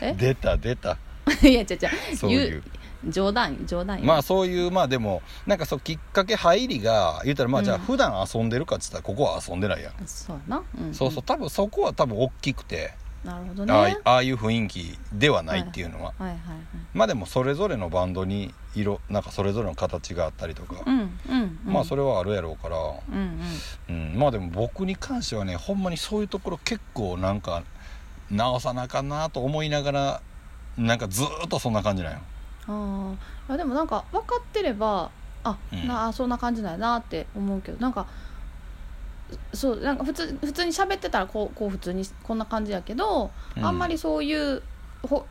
Speaker 2: え
Speaker 1: 出た出た
Speaker 2: もんね いや違う
Speaker 1: そう
Speaker 2: 違う
Speaker 1: い
Speaker 2: 言
Speaker 1: う
Speaker 2: う冗談よ冗談よ
Speaker 1: まあそういうまあでもなんかそうきっかけ入りが言ったらまあ
Speaker 2: うん
Speaker 1: じゃあ普段遊んでるかっつったらここは遊んでないやん、
Speaker 2: そうやな、うんん
Speaker 1: そうそう多分そこは多分大きくて、
Speaker 2: なるほどね
Speaker 1: あ
Speaker 2: は
Speaker 1: あ
Speaker 2: い
Speaker 1: いああいう雰囲気ではないっていうのは、
Speaker 2: はいはい
Speaker 1: まあでもそれぞれのバンドに色なんかそれぞれの形があったりとか、
Speaker 2: うんうん、うん、
Speaker 1: まあそれはあるやろうから、
Speaker 2: うんうん
Speaker 1: うん、まあでも僕に関してはねほんまにそういうところ結構なんか直さなあかんなと思いながらなんかずーっとそんな感じなんよ
Speaker 2: あーあでもなんか分かってればあ、
Speaker 1: うん
Speaker 2: なあそんな感じなんやなって思うけどなんかそうなんか普通普通に喋ってたらこうこう普通にこんな感じやけど、
Speaker 1: うん
Speaker 2: あんまりそういうほ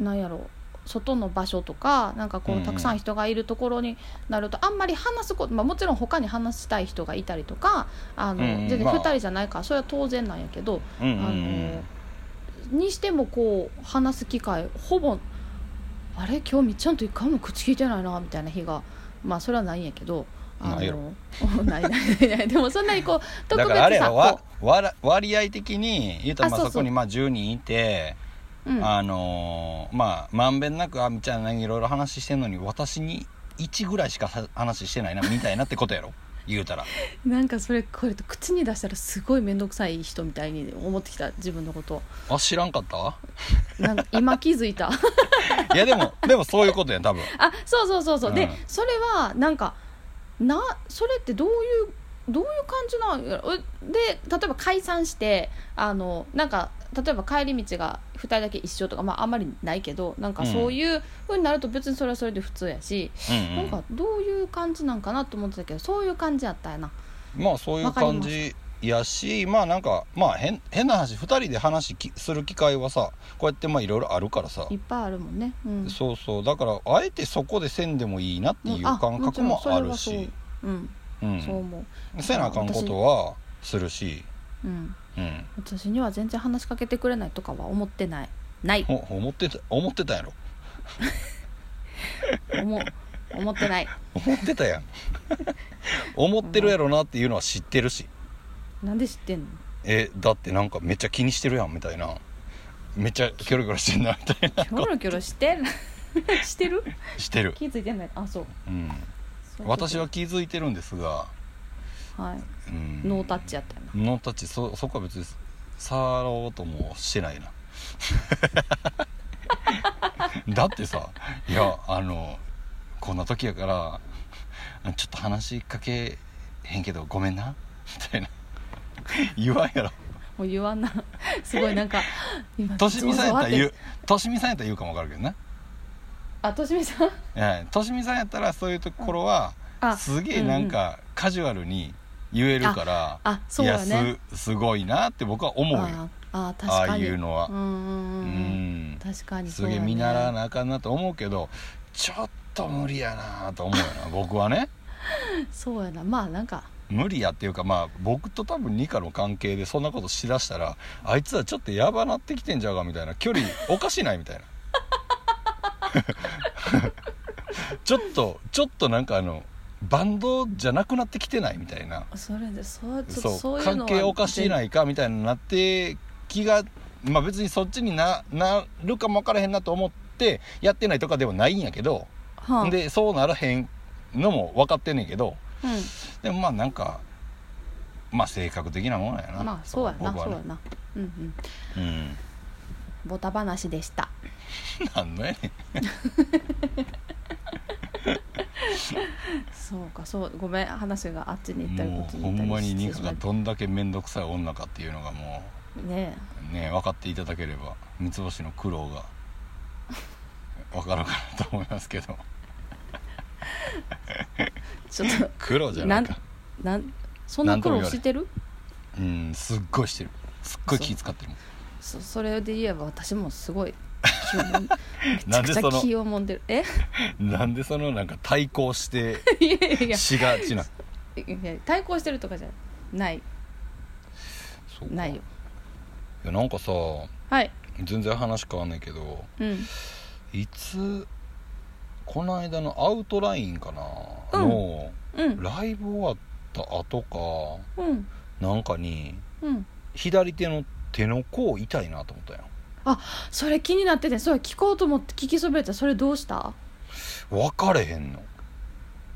Speaker 2: なんやろ外の場所とかなんかこ
Speaker 1: うん
Speaker 2: う
Speaker 1: うん
Speaker 2: たくさん人がいるところになると、あんまり話すこと、まあ、もちろん他に話したい人がいたりとかあの、
Speaker 1: うんうん
Speaker 2: 全然
Speaker 1: まあ
Speaker 2: 2人じゃないからそれは当然なんやけど、
Speaker 1: うんうんう
Speaker 2: あのにしてもこう話す機会ほぼあれ今日みっちゃんと一回も口聞いてないなみたいな日がまあそれはないんやけどあ
Speaker 1: ないや
Speaker 2: ないないないない でもそんなにこう特
Speaker 1: だ
Speaker 2: 別
Speaker 1: か
Speaker 2: さ
Speaker 1: らあれやろわ
Speaker 2: こ
Speaker 1: 割割合的に言うたらまあ
Speaker 2: あそ
Speaker 1: そう
Speaker 2: そう
Speaker 1: こにまあ10人いて
Speaker 2: ううん、
Speaker 1: あのーまあまんべんなくあみちゃん何いろいろ話してんのに私に1ぐらいしかは話してないなみたいなってことやろ言うたら
Speaker 2: なんかそれこれ口に出したらすごい面倒くさい人みたいに思ってきた自分のこと
Speaker 1: あ知らんかった
Speaker 2: なんか今気づいた
Speaker 1: いやでもでもそういうことやん多分
Speaker 2: あそうそうそうそう、
Speaker 1: う
Speaker 2: で
Speaker 1: ん
Speaker 2: それはなんかなそれってどういうどういう感じなんやろえで例えば解散してあのなんか例えば帰り道が2人だけ一緒とか、まあ、あんまりないけどなんかそういうふうになると別にそれはそれで普通やし、
Speaker 1: うん、う
Speaker 2: なんかどういう感じなんかなと思ってたけどそういう感じやったんやな
Speaker 1: まあそういう感じやしまあなんかまあ変変な話2人で話きする機会はさこうやってまあいろいろあるからさ、
Speaker 2: いっぱいあるもんね、うん、
Speaker 1: そうそうだからあえてそこでせんでもいいなっていう感覚もあるし、
Speaker 2: うん
Speaker 1: う、
Speaker 2: もちろんそれはそううん、そうん思う、
Speaker 1: せなあかんことはするし、
Speaker 2: うん、
Speaker 1: うん、
Speaker 2: 私には全然話しかけてくれないとかは思ってないない
Speaker 1: ほ思ってた思ってたやろ
Speaker 2: 思う思ってない
Speaker 1: 思ってた やん思ってるやろなっていうのは知ってるし
Speaker 2: なんで知ってんの
Speaker 1: えだってなんかめっちゃ気にしてるやんみたいなめっちゃキョロキョロしてんなみたいな
Speaker 2: キョロキョロしてる してる
Speaker 1: してる、
Speaker 2: 気づいてないあそう
Speaker 1: うん、
Speaker 2: そういうこと
Speaker 1: 私は気づいてるんですが、
Speaker 2: はい
Speaker 1: うん、
Speaker 2: ノータッチやったよな
Speaker 1: ノータッチそそこは別に触ろうともしてない なだってさいやあのこんな時やからちょっと話しかけへんけどごめんなみたいな言わんやろ
Speaker 2: もう言わんな すごいなんか今
Speaker 1: としみさんやったら
Speaker 2: ゾワゾワ
Speaker 1: 言
Speaker 2: っ
Speaker 1: う
Speaker 2: て
Speaker 1: としみさんやったら言うかも分かるけどね
Speaker 2: あとしみさん
Speaker 1: はいとしみさんやったらそういうところは
Speaker 2: あ
Speaker 1: すげえなんかカジュアルに言えるから
Speaker 2: あそうだ
Speaker 1: い
Speaker 2: ね
Speaker 1: やすすごいなって僕は思うよ
Speaker 2: ああ確
Speaker 1: あ
Speaker 2: かに
Speaker 1: あいうのは
Speaker 2: うんう
Speaker 1: う
Speaker 2: んうんうん
Speaker 1: ん
Speaker 2: 確かに
Speaker 1: す
Speaker 2: そう
Speaker 1: げ
Speaker 2: や
Speaker 1: え
Speaker 2: ね
Speaker 1: 見習わなあかんなと思うけどちょっと無理やなと思うよな 僕はね
Speaker 2: そうやなまあなんか
Speaker 1: 無理やっていうかまあ僕と多分ニカの関係でそんなことしだしたらあいつはちょっとやばなってきてんじゃうかみたいな距離おかしないみたいな ちょっとちょっとなんかあのバンドじゃなくなってきてないみたいな
Speaker 2: それでそうちょっ
Speaker 1: そ
Speaker 2: と
Speaker 1: う
Speaker 2: そういうの
Speaker 1: 関係おかしい
Speaker 2: い
Speaker 1: ないかみたいになって気がまあ別にそっちにななるかも分からへんなと思ってやってないとかではないんやけど、
Speaker 2: はあ、
Speaker 1: でそうならへんのも分かってんねんけど
Speaker 2: う
Speaker 1: でもまあなんかまあ性格的なもんやな、
Speaker 2: ん、まあそうやな
Speaker 1: 僕は
Speaker 2: そう
Speaker 1: ね
Speaker 2: やなうんうん
Speaker 1: うん
Speaker 2: ボタ話でした
Speaker 1: なんのやねん
Speaker 2: そうかそうごめん話があっちに行ったりこ
Speaker 1: も
Speaker 2: っち
Speaker 1: う
Speaker 2: に
Speaker 1: ほ
Speaker 2: 行ったり
Speaker 1: んまにニカ
Speaker 2: し
Speaker 1: が
Speaker 2: てし
Speaker 1: どんだけ面倒くさい女かっていうのがも
Speaker 2: まいね
Speaker 1: うね分かっていただければ三つ星の苦労 が分かるかなと思いますけど
Speaker 2: えちょっと
Speaker 1: 苦労じゃないか
Speaker 2: なんそんな苦労してる
Speaker 1: うんすっごいしてるすっごい気使ってるもん
Speaker 2: そそれで言えば私もすごい気をもん
Speaker 1: なん
Speaker 2: め
Speaker 1: で
Speaker 2: ちゃ
Speaker 1: そ
Speaker 2: くちゃ
Speaker 1: の
Speaker 2: 気をもんでるえ
Speaker 1: なんでそのなんか対抗して
Speaker 2: いや いやいや
Speaker 1: しがちない
Speaker 2: や対抗してるとかじゃない
Speaker 1: そう
Speaker 2: ないよ
Speaker 1: いやなんかさ
Speaker 2: はい
Speaker 1: 全然話変わんないけど
Speaker 2: うん
Speaker 1: いつこの間のアウトラインかな、
Speaker 2: うん
Speaker 1: の
Speaker 2: うん
Speaker 1: ライブ終わった後か
Speaker 2: うん
Speaker 1: なんかに
Speaker 2: うん
Speaker 1: 左手の手の甲痛いなと思ったよ
Speaker 2: それ気になっててそれ聞こうと思って聞きそびれたそれどうした
Speaker 1: 分かれへんの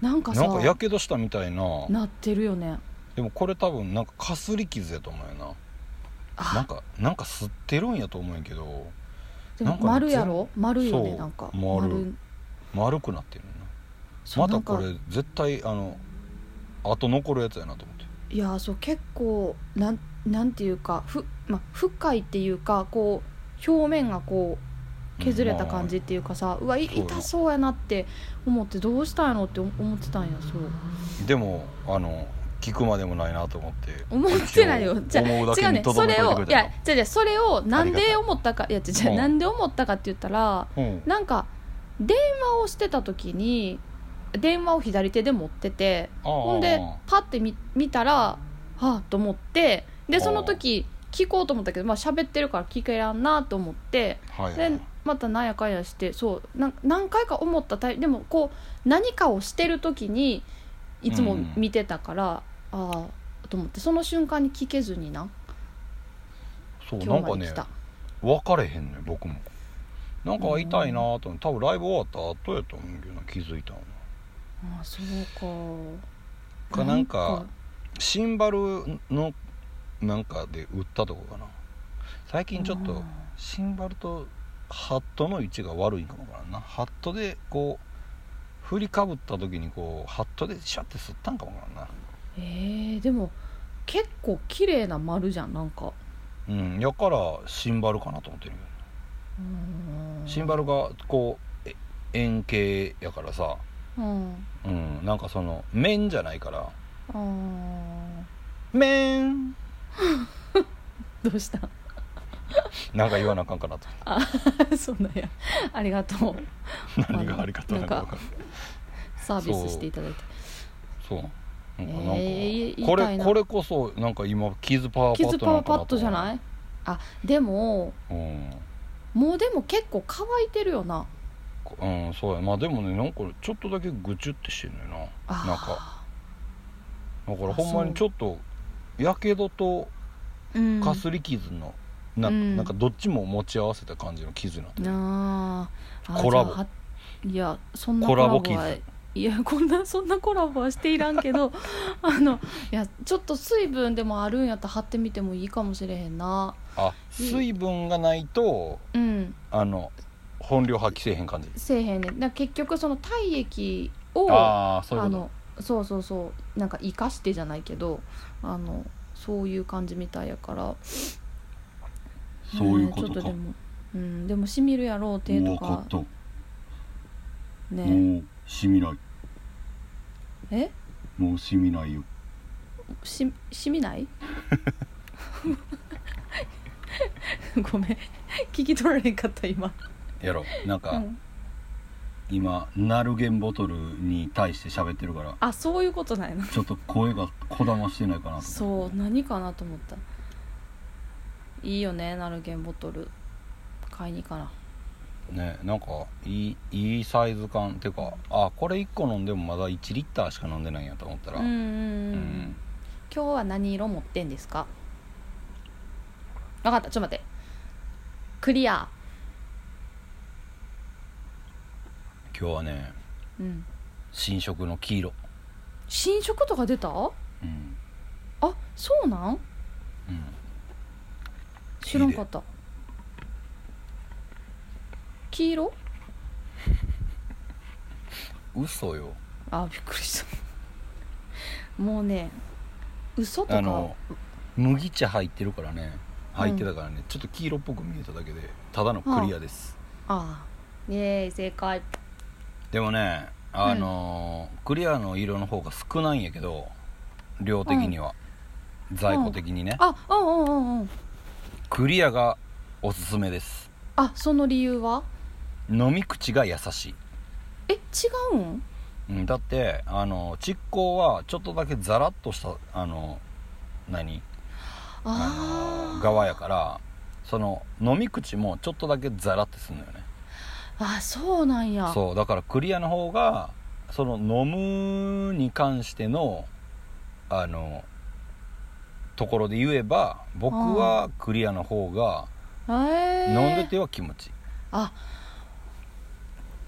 Speaker 2: なんかさ
Speaker 1: なんかやけどしたみたいな
Speaker 2: なってるよね
Speaker 1: でもこれ多分なんかかすり傷やと思うよななん
Speaker 2: あ
Speaker 1: かなんか吸ってるんやと思うんやけど
Speaker 2: でも
Speaker 1: なんかね
Speaker 2: 丸やろ丸よね
Speaker 1: そう
Speaker 2: なんか
Speaker 1: 丸丸くなってるのな
Speaker 2: そう
Speaker 1: またこ
Speaker 2: なん
Speaker 1: れ
Speaker 2: か
Speaker 1: 絶対あのあと残るやつやなと思って
Speaker 2: いやそう結構なんなんていうかふ、まあ、深いっていうかこう表面がこう削れた感じっ、ていうかさ、うわい
Speaker 1: そうよ
Speaker 2: 痛そうやなって思ってどうしたんやろって思ってたんやそう
Speaker 1: うんでもあの聞くまでもないなと思って
Speaker 2: 思ってないよじゃあ
Speaker 1: 思うだ
Speaker 2: 違
Speaker 1: け
Speaker 2: う
Speaker 1: に
Speaker 2: ね
Speaker 1: とど
Speaker 2: そ
Speaker 1: め
Speaker 2: れ
Speaker 1: といて
Speaker 2: を
Speaker 1: くれ
Speaker 2: い
Speaker 1: た
Speaker 2: や
Speaker 1: の
Speaker 2: じゃじゃそれをなん
Speaker 1: ありがた
Speaker 2: で
Speaker 1: い
Speaker 2: 思ったかいや違う違
Speaker 1: う
Speaker 2: うんなんで思ったかって言ったら
Speaker 1: うん
Speaker 2: なんか電話をしてた時に電話を左手で持ってて
Speaker 1: ああ
Speaker 2: ほんでパッて見見たらはあと思ってでその時聞こうと思ったけどまあ喋ってるから聞けらんなと思って
Speaker 1: はいはい
Speaker 2: でまたなんやかんやしてそうなん何回か思ったタイプでもこう何かをしてる時にいつも見てたから、ああと思ってその瞬間に聞けずにな
Speaker 1: そうな
Speaker 2: 今
Speaker 1: ん
Speaker 2: 日ま
Speaker 1: かね
Speaker 2: で来た、
Speaker 1: 分かれへんね僕もなんか痛いなと思って多分ライブ終わった後やと思うけどな気づいたの
Speaker 2: ああそうか
Speaker 1: かなんかシンバルのなんかで打ったとこかな最近ちょっ
Speaker 2: う
Speaker 1: と
Speaker 2: ん
Speaker 1: シンバルとハットの位置が悪いんかもわからんなハットでこう振りかぶった時にこうハットでシャッて吸ったんかもわから
Speaker 2: えーでも結構綺麗な丸じゃんなんか
Speaker 1: んなうんやからシンバルかなと思ってるけ
Speaker 2: うん
Speaker 1: どシンバルがこうえ円形やからさ
Speaker 2: うん
Speaker 1: うんなんかその面じゃないから
Speaker 2: あー
Speaker 1: メン
Speaker 2: どうした
Speaker 1: なんか言わなあかんかなと
Speaker 2: そんなんやありがとう
Speaker 1: 何がありがたいのか分かんない
Speaker 2: サービスしていただいて
Speaker 1: そうなんかなんか、
Speaker 2: えー言い
Speaker 1: こ
Speaker 2: たい
Speaker 1: れ
Speaker 2: な
Speaker 1: これこそなんか今キズパワー
Speaker 2: キ
Speaker 1: パッ
Speaker 2: ズ
Speaker 1: ドな
Speaker 2: パワ
Speaker 1: ん
Speaker 2: ーパ
Speaker 1: かな、
Speaker 2: ッドじゃないいあでも
Speaker 1: うん
Speaker 2: もうでも結構乾いてるよな
Speaker 1: こうん、そうやまあでもねなんかちょっとだけぐちゅってしてんのよな
Speaker 2: あー
Speaker 1: なんかだから
Speaker 2: あ
Speaker 1: ほんまにちょっとやけどと
Speaker 2: うん
Speaker 1: かすり傷の、な
Speaker 2: うん
Speaker 1: なんかどっちも持ち合わせた感じの傷なんで、
Speaker 2: なああ
Speaker 1: コラボ
Speaker 2: じゃあいやそんな
Speaker 1: コ
Speaker 2: コ
Speaker 1: ラ
Speaker 2: ラ
Speaker 1: ボ
Speaker 2: ボは
Speaker 1: 傷
Speaker 2: いやこんなそんなコラボはしていらんけど あのいやちょっと水分でもあるんやったら貼ってみてもいいかもしれへんな
Speaker 1: あ水分がないと
Speaker 2: うん
Speaker 1: あの本領発揮せえへん感じ
Speaker 2: せえへんねんだから結局その体液を
Speaker 1: ああそういう
Speaker 2: あ
Speaker 1: こ
Speaker 2: のそうそうそうなんか生かしてじゃないけどあのそういう感じみたいやから
Speaker 1: とそういうこ
Speaker 2: んちょ
Speaker 1: と
Speaker 2: っ
Speaker 1: か
Speaker 2: とでもうんでもしみるやろう手と
Speaker 1: 分
Speaker 2: か
Speaker 1: ったも
Speaker 2: ね
Speaker 1: うしみない
Speaker 2: え
Speaker 1: もうしみないよ
Speaker 2: ししみない ごめん聞き取られへんかった今、
Speaker 1: やろなん
Speaker 2: う
Speaker 1: か
Speaker 2: ん
Speaker 1: 今ナルゲンボトルに対して喋ってるから
Speaker 2: あそういうことないな
Speaker 1: ちょっと声がこだましてないかなと思
Speaker 2: そう何かなと思ったいいよねナルゲンボトル買いに行かな
Speaker 1: ってねなんかいいいいサイズ感っていうかあこれ1個飲んでもまだ1リッターしか飲んでないんやと思ったら
Speaker 2: うんうん
Speaker 1: う
Speaker 2: うんん今日は何色持ってんですか分かったちょっと待ってクリア
Speaker 1: 今日はね
Speaker 2: うん
Speaker 1: 新色の黄色
Speaker 2: 新色とか出たあ
Speaker 1: うん
Speaker 2: そうなん
Speaker 1: うん
Speaker 2: 知らんかった黄色
Speaker 1: 嘘よ
Speaker 2: あびっくりしたもうね嘘と
Speaker 1: あ
Speaker 2: か
Speaker 1: の麦茶入ってるからね入ってたからね、ちょっと黄色っぽく見えただけでただのクリアです、
Speaker 2: ああイエーイ正解
Speaker 1: でもねあのークリアの色の方が少ないんやけど量的には、在庫的にね、
Speaker 2: あうんうんうんうん
Speaker 1: クリアがおすすめです
Speaker 2: あその理由は
Speaker 1: 飲み口が優しい
Speaker 2: え違うん
Speaker 1: うんだってあのー蓄光はちょっとだけザラッとしたあのー何あのー
Speaker 2: あ
Speaker 1: 側やからその飲み口もちょっとだけザラってすんのよね
Speaker 2: ああそうなんや
Speaker 1: そうだからクリアの方がその飲むに関してのあのところで言えば僕はクリアの方が
Speaker 2: へえ
Speaker 1: 飲んでては気持ちいい、
Speaker 2: あ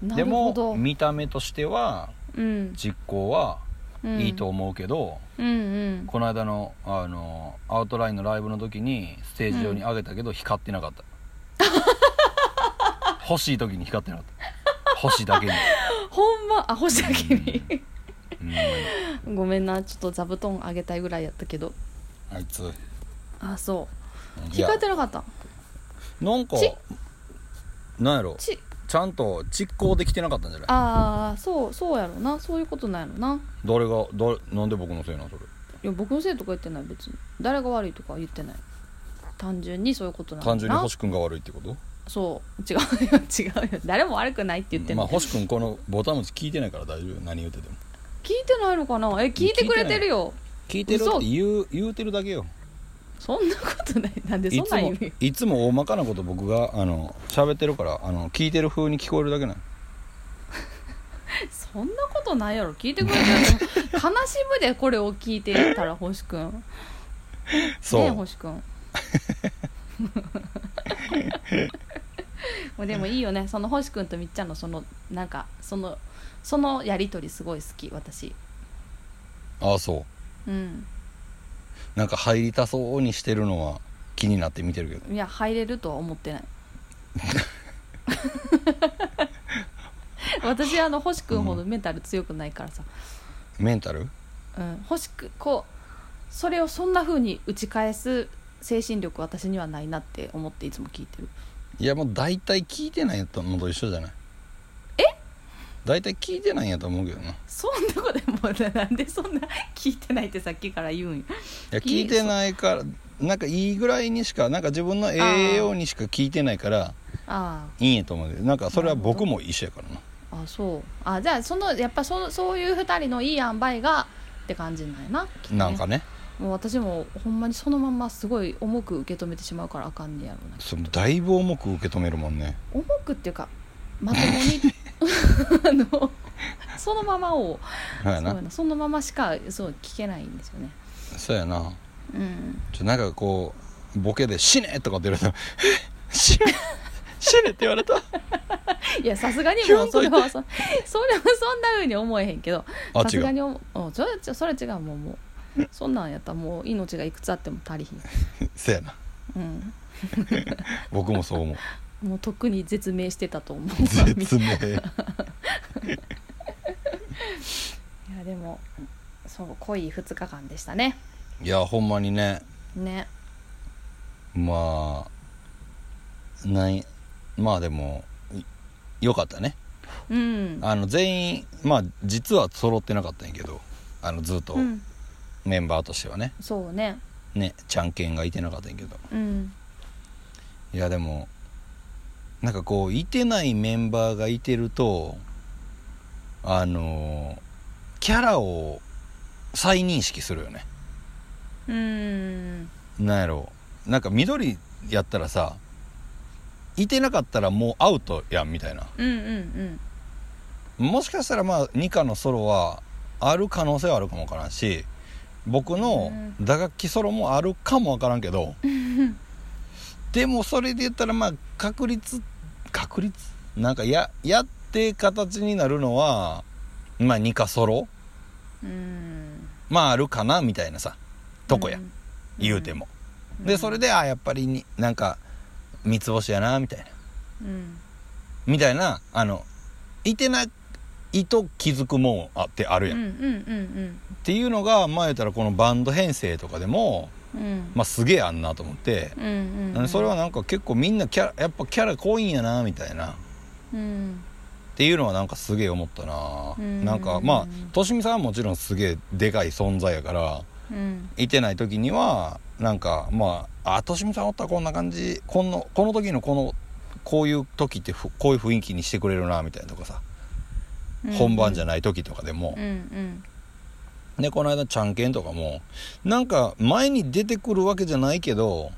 Speaker 2: な
Speaker 1: で
Speaker 2: るほ
Speaker 1: も
Speaker 2: ど
Speaker 1: 見た目としては
Speaker 2: うん
Speaker 1: 実行は
Speaker 2: うん
Speaker 1: いいと思うけど、
Speaker 2: うんうん
Speaker 1: この間のあのアウトラインのライブの時にステージ上に上げたけど光ってなかった、 欲しい時に光ってなかった星だけに、
Speaker 2: ほんま あ星だけに
Speaker 1: うん、
Speaker 2: ごめんなちょっと座布団あげたいぐらいやったけど
Speaker 1: あいつ
Speaker 2: あそ
Speaker 1: いうや
Speaker 2: 控えてなかった
Speaker 1: なんか
Speaker 2: ち
Speaker 1: なんやろ
Speaker 2: ち
Speaker 1: ちゃんと実行できてなかったんじゃない
Speaker 2: ああそうそうやろなそういうことなんやろな
Speaker 1: 誰が誰なんで僕のせいなんそれ
Speaker 2: いや僕のせいとか言ってない別に誰が悪いとかは言ってない単純にそういうことなんだな
Speaker 1: 単純に星君が悪いってこと
Speaker 2: そう違うよ違うよ誰も悪くないって言ってん
Speaker 1: ま
Speaker 2: の、
Speaker 1: あ星君このボタン持ち聞いてないから大丈夫何言うてても
Speaker 2: 聞いてないのかなえ聞いてくれてるよ
Speaker 1: 聞いてるっ
Speaker 2: 嘘
Speaker 1: て言う言うてるだけよ
Speaker 2: そんなことないなんでそ
Speaker 1: い
Speaker 2: ん
Speaker 1: つ
Speaker 2: なん
Speaker 1: も
Speaker 2: 言 うよ
Speaker 1: いつも大まかなこと僕があの喋ってるからあの聞いてる風に聞こえるだけなの
Speaker 2: そんなことないやろ聞いてくれてる悲しむでこれを聞いてたら星くん
Speaker 1: そう、
Speaker 2: ねえ星くん もうでもいいよねその星くんとみっちゃんのそのなんかそのそのやり取りすごい好き私
Speaker 1: ああそう
Speaker 2: うん
Speaker 1: なんか入りたそうにしてるのは気になって見てるけど
Speaker 2: いや入れるとは思ってない 私あの星くんほどメンタル強くないからさ、
Speaker 1: メンタル
Speaker 2: うん、星くこうそれをそんな風に打ち返す精神力私にはないなって思っていつも聞いてる
Speaker 1: いやもう大体聞いてないのと一緒じゃない大体聞いてないんやと思うけどない
Speaker 2: そんなこともうなんでそんな聞いてないってさっきから言うんよ
Speaker 1: や
Speaker 2: 聞い
Speaker 1: 聞いてないからなんかいいぐらいにしかなんか自分の栄養にしか聞いてないから
Speaker 2: あ
Speaker 1: いいんやと思うけどなんかそれは僕も一緒やからな
Speaker 2: ああそうあじゃあそのやっぱそそういう2人のいい塩梅がって感じなんやなきっとね
Speaker 1: なんかね
Speaker 2: もう私もほんまにそのまんますごい重く受け止めてしまうからあかんねやろうな
Speaker 1: そのだいぶ重く受け止めるもんね
Speaker 2: 重くっていうかまと もにあのそのままを
Speaker 1: そうや
Speaker 2: そうや
Speaker 1: な
Speaker 2: なそのまましかそう聞けないんですよね
Speaker 1: そうやな
Speaker 2: うん
Speaker 1: ちょなんかこうボケで「死ね!」とかって言われたら「え 死ね死ね!」って言われた
Speaker 2: いやさすがに
Speaker 1: キュ
Speaker 2: も
Speaker 1: ン
Speaker 2: う
Speaker 1: と
Speaker 2: そ
Speaker 1: い
Speaker 2: れ
Speaker 1: て
Speaker 2: はそそれはそんな風に思えへんけど
Speaker 1: あ
Speaker 2: さ
Speaker 1: 違
Speaker 2: すが
Speaker 1: う
Speaker 2: に思ううんそれそれ違うもうもうそんなんやったらもう命がいくつあっても足り
Speaker 1: そうやな
Speaker 2: ひん、うん
Speaker 1: 僕もそう 思う
Speaker 2: もうとっくに絶命してたと思う
Speaker 1: 絶命
Speaker 2: いやでもそう濃い2日間でしたね
Speaker 1: いやほんまにね
Speaker 2: ね
Speaker 1: まあないまあでもいよかったね
Speaker 2: うん
Speaker 1: あの全員まあ実は揃ってなかったんやけどあのずっと
Speaker 2: うん
Speaker 1: メンバーとしてはね、
Speaker 2: そうね
Speaker 1: ねちゃんけんがいてなかったんやけど
Speaker 2: うん
Speaker 1: いやでもなんかこういてないメンバーがいてるとあのキャラを再認識するよね
Speaker 2: うん
Speaker 1: なんやろうなんか緑やったらさいてなかったらもうアウトやんみたいな
Speaker 2: うんうん
Speaker 1: もしかしたらまあニカのソロはある可能性はあるかもわからんし僕の打楽器ソロもあるかもわからんけ ど、
Speaker 2: うん
Speaker 1: でもそれで言ったらまあ確率確率なんかややって形になるのはまあニカソロ
Speaker 2: うん
Speaker 1: まああるかなみたいなさとこや、
Speaker 2: ん
Speaker 1: 言うても、
Speaker 2: うん
Speaker 1: でそれであやっぱりになんか三つ星やなみたいな
Speaker 2: うん
Speaker 1: みたいなあのいてないと気づくもんあってある
Speaker 2: う
Speaker 1: やん、
Speaker 2: ん
Speaker 1: っ
Speaker 2: うんうん
Speaker 1: ていうのがまあ言ったらこのバンド編成とかでも
Speaker 2: うん
Speaker 1: まあすげえあんなと思って、
Speaker 2: うんうんうん
Speaker 1: それはなんか結構みんなキャラやっぱキャラ濃いんやなみたいな
Speaker 2: うん
Speaker 1: っていうのはなんかすげえ思ったな、
Speaker 2: うん
Speaker 1: なんかまあとしみさんはもちろんすげえでかい存在やから
Speaker 2: うん
Speaker 1: いてない時にはなんかまああとしみさんおったらこんな感じこのこの時のこのこういう時ってふこういう雰囲気にしてくれるなみたいなとかさ、本番じゃ
Speaker 2: な
Speaker 1: ない時とかでも
Speaker 2: うん、うん
Speaker 1: でこの間ちゃんけんとかもなんか前に出てくるわけじゃないけど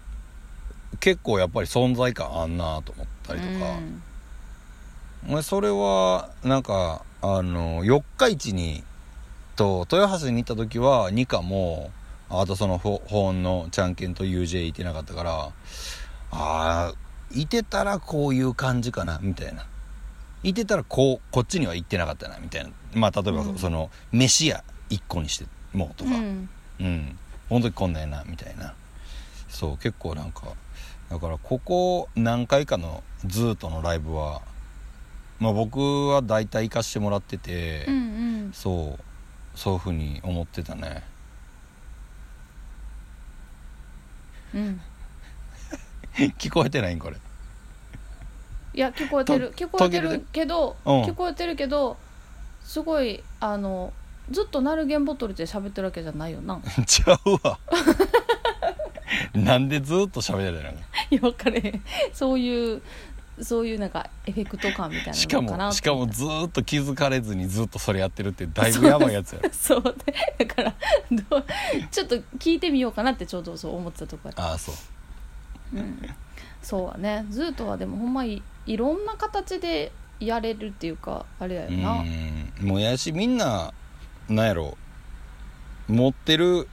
Speaker 1: 結構やっぱり存在感あんなと思ったりとか。
Speaker 2: うん
Speaker 1: まあそれはなんかあの四日市にと豊橋に行った時は二課もあとそのほ保温のちゃんけんと UJ いてなかったからあーいてたらこういう感じかなみたいないてたらこうこっちには行ってなかったなみたいなまあ例えば
Speaker 2: うん
Speaker 1: その飯屋一個にしてもうとか
Speaker 2: う
Speaker 1: うん、
Speaker 2: ん
Speaker 1: この時こんなんやなみたいなそう結構なんかだからここ何回かのズートのライブは、まあ、僕は大体行かしてもらってて、
Speaker 2: うん
Speaker 1: そうそういうふうに思ってたね
Speaker 2: うんうん
Speaker 1: 聞こえてないんこれ
Speaker 2: いや聞こえてる
Speaker 1: と
Speaker 2: 聞こえて
Speaker 1: 途切れ
Speaker 2: る
Speaker 1: て
Speaker 2: けど
Speaker 1: うん
Speaker 2: 聞こえてるけどすごいあのずっとナルゲンボトルで喋ってるわけじゃないよ な
Speaker 1: ちゃう わなんでずーっと喋ってたの
Speaker 2: いや分かれへんそういうそういうなんかエフェクト感みたいな
Speaker 1: しか
Speaker 2: のか
Speaker 1: も
Speaker 2: な
Speaker 1: しかもずーっと気づかれずにずっとそれやってるってだいぶやばいやつ やろ
Speaker 2: そうでだからどうちょっと聞いてみようかなってちょうどそう思ってたとこや
Speaker 1: ああそう
Speaker 2: うん、そうはねずーとはでもほんまいいろんな形でやれるっていうかあれやよ
Speaker 1: う
Speaker 2: な、
Speaker 1: んもやしみんななんやろ持ってる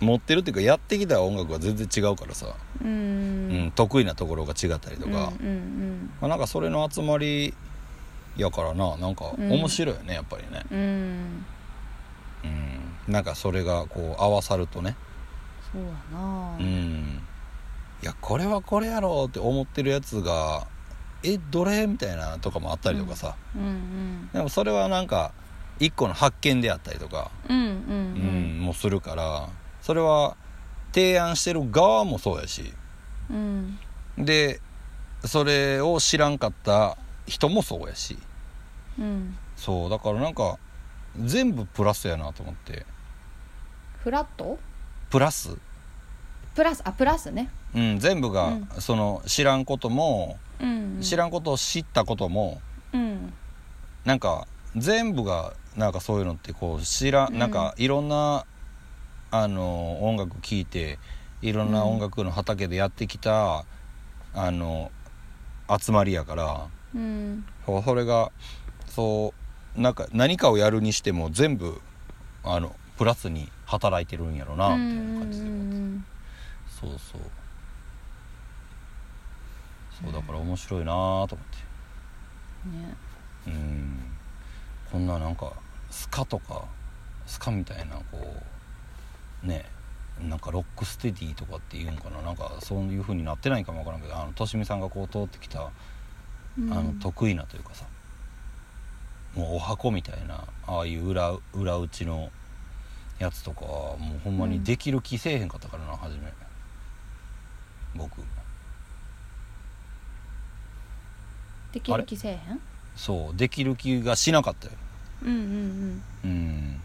Speaker 1: 持ってるっていうかやってきた音楽は全然違うからさ、
Speaker 2: うん、
Speaker 1: うん得意なところが違ったりとか、ま
Speaker 2: うんうん
Speaker 1: あ、なんかそれの集まりやからななんか
Speaker 2: うん
Speaker 1: 面白いよねやっぱりね、
Speaker 2: うんうん
Speaker 1: うん、なんかそれがこう合わさるとね、
Speaker 2: そうやな
Speaker 1: うん、いやこれはこれやろうって思ってるやつがえどれみたいなとかもあったりとかさ、
Speaker 2: うんうん
Speaker 1: でもそれはなんか一個の発見であったりとか
Speaker 2: うんうん
Speaker 1: うんもうするからそれは提案してる側もそうやし
Speaker 2: うんうん
Speaker 1: でそれを知らんかった人もそうやし
Speaker 2: うん
Speaker 1: そうだからなんか全部プラスやなと思って
Speaker 2: フラット
Speaker 1: プラス
Speaker 2: プラスあプラスね
Speaker 1: うん全部が、
Speaker 2: うん
Speaker 1: その知らんことも、
Speaker 2: うんうん
Speaker 1: 知らんことを知ったことも
Speaker 2: うん
Speaker 1: なんか全部がなんかそういうのってこう知ら、、
Speaker 2: うんん
Speaker 1: なんかいろんなあの音楽聴いていろんな
Speaker 2: うん
Speaker 1: 音楽の畑でやってきた、あの集まりやから
Speaker 2: うん
Speaker 1: そうそれがそうなんか何かをやるにしても全部あのプラスに働いてるんやろな
Speaker 2: う
Speaker 1: みた
Speaker 2: ん
Speaker 1: いな感じで
Speaker 2: うんうん
Speaker 1: そうそうそうだから面白いなーと思って。
Speaker 2: うんね
Speaker 1: うんこんななんかスカとかスカみたいなこうねなんかロックステディとかっていうんかななんかそういう風になってないかもわからんけどあのとしみさんがこう通ってきた、
Speaker 2: うん
Speaker 1: あの得意なというかさもうお箱みたいなああいう裏裏打ちのやつとかはもうほんまにできる気せえへんかったからな、初め僕
Speaker 2: でき
Speaker 1: あれ
Speaker 2: る気せえへん
Speaker 1: そうできる気がしなかったよ
Speaker 2: うんうん
Speaker 1: うん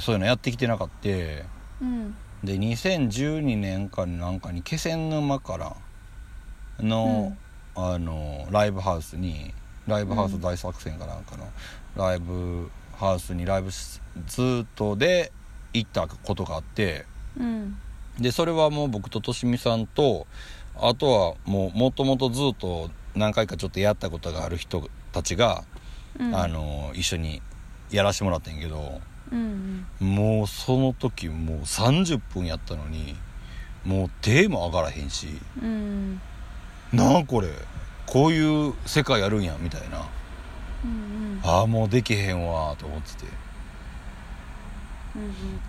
Speaker 1: そういうのやってきてなかったで
Speaker 2: うんうん
Speaker 1: 2012年かなんかに気仙沼からの,、あのライブハウスにライブハウス大作戦かなんかの、ライブハウスにライブしずーっとで行ったことがあって
Speaker 2: うん
Speaker 1: でそれはもう僕ととしみさんとあとはもうもともとずっと何回かちょっとやったことがある人たちが、
Speaker 2: うん
Speaker 1: あの一緒にやらしてもらったんやけど。
Speaker 2: うん
Speaker 1: もうその時もう30分やったのにもう手も上がらへんし
Speaker 2: うんうん
Speaker 1: なあこれこういう世界やるんやみたいな
Speaker 2: うん
Speaker 1: ああもうできへんわと思ってて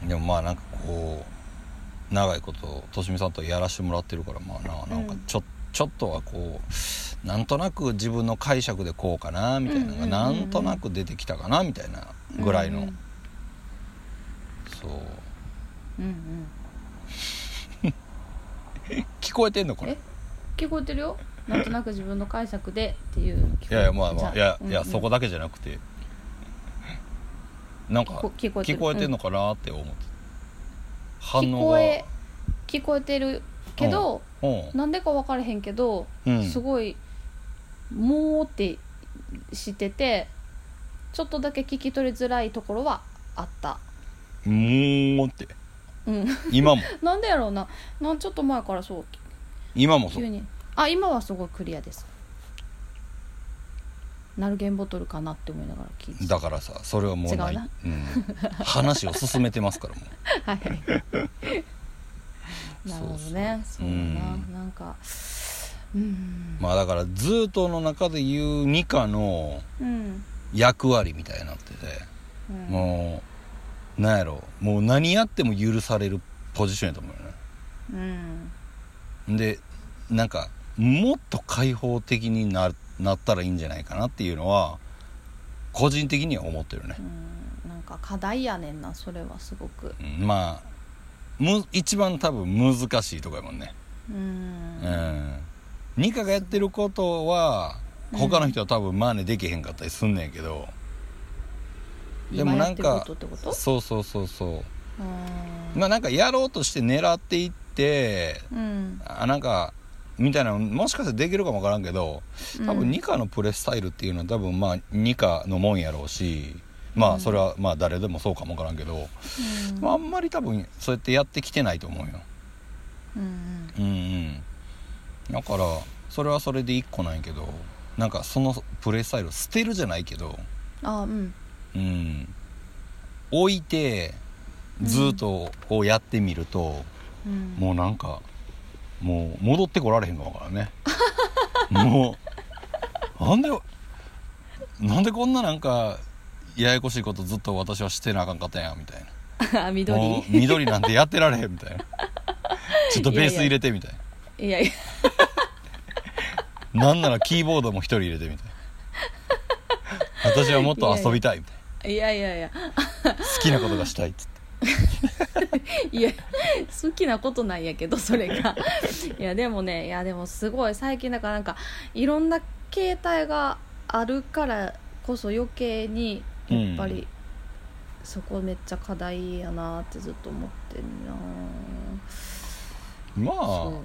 Speaker 2: うん
Speaker 1: でもまあなんかこう長いこととしみさんとやらしてもらってるからまあななんかちょ,、ちょっとはこうなんとなく自分の解釈でこうかなみたいなのが
Speaker 2: うんうんうん
Speaker 1: な
Speaker 2: うん
Speaker 1: んとなく出てきたかなみたいなぐらいの、
Speaker 2: うん
Speaker 1: そう
Speaker 2: うんうん
Speaker 1: 聞こえてんのこれ
Speaker 2: え聞こえてるよなんとなく自分の解釈でっていう
Speaker 1: いやいやまあまあいやいやそこ
Speaker 2: だ
Speaker 1: だけじゃなくてなんか
Speaker 2: 聞こえて
Speaker 1: 聞
Speaker 2: る
Speaker 1: こえてんのかなって思って反
Speaker 2: 聞
Speaker 1: 応
Speaker 2: こえ
Speaker 1: が
Speaker 2: 聞こえてるけどなんでか分からへんけど
Speaker 1: うんうん
Speaker 2: すごい「もう」ってしててちょっとだけ聞き取りづらいところはあった
Speaker 1: もうって
Speaker 2: うん
Speaker 1: 今も
Speaker 2: なんでやろうななんちょっと前からそう
Speaker 1: 今もそ
Speaker 2: 急
Speaker 1: う
Speaker 2: にあ今はすごいクリアですナルゲンボトルかなって思いながら聞いてた
Speaker 1: だからさそれはもうない
Speaker 2: 違うな
Speaker 1: うん、話を進めてますからも
Speaker 2: はいはいなるほどね
Speaker 1: そそ
Speaker 2: そう
Speaker 1: うう
Speaker 2: うだな、
Speaker 1: ん
Speaker 2: なんかうん
Speaker 1: うまあだからずーっとの中で言う二課の
Speaker 2: うん
Speaker 1: 役割みたいになってて、
Speaker 2: うん
Speaker 1: もうなんやろもう何やっても許されるポジションやと思うよね
Speaker 2: うん
Speaker 1: でなんかもっと開放的にななったらいいんじゃないかなっていうのは個人的には思ってるね
Speaker 2: う、んなんか課題やねんなそれはすごく
Speaker 1: うんまあむ一番多分難しいとこやもんね
Speaker 2: う
Speaker 1: うんんニカがやってることは
Speaker 2: うん
Speaker 1: 他の人は多分真似できへんかったりすんねんけど、でも
Speaker 2: 今
Speaker 1: な
Speaker 2: や
Speaker 1: ん
Speaker 2: ってるこ
Speaker 1: か
Speaker 2: とってこと
Speaker 1: そうそうそうそううんまあなんかやろうとして狙っていって
Speaker 2: うん
Speaker 1: あなんかみたいなのもしかしてできるかもわからんけど多
Speaker 2: う
Speaker 1: 分
Speaker 2: ん
Speaker 1: ニカのプレースタイルっていうのは多分まあニカのもんやろうしま
Speaker 2: う
Speaker 1: あ
Speaker 2: ん
Speaker 1: それはまあ誰でもそうかもわからんけど、
Speaker 2: うん
Speaker 1: まあ、あんまり多分そうやってやってきてないと思うよ
Speaker 2: うん
Speaker 1: うんうんだからそれはそれで一個なんやけどなんかそのプレースタイルを捨てるじゃないけど
Speaker 2: あうん
Speaker 1: うん置いてずっとこうやってみると、
Speaker 2: うん
Speaker 1: もうなんかもう戻ってこられへんかもわからんね もうなんでなんでこんななんかややこしいことずっと私はしてなあかんかったんやみたいな
Speaker 2: あ
Speaker 1: も
Speaker 2: 緑
Speaker 1: う緑なんてやってられへんみ たいなちょっとベース入れてみたいない
Speaker 2: やいや
Speaker 1: なんならキーボードも一人入れてみたいな私はもっと遊びたいみたい
Speaker 2: いやいやいや
Speaker 1: な好きなことがしたいっつって
Speaker 2: いや好きなことなんやけどそれがいやでもねいやでもすごい最近だからなんかいろんな携帯があるからこそ余計に
Speaker 1: うん
Speaker 2: やっぱり、そこめっちゃ課題やなってずっと思ってんな
Speaker 1: まあ
Speaker 2: そ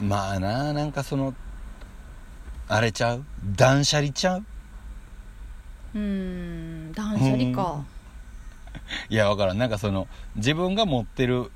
Speaker 2: う
Speaker 1: まあななんかそのあれちゃう断捨離ちゃう
Speaker 2: うーん断捨離か
Speaker 1: いやわからんなんかその自分が持ってる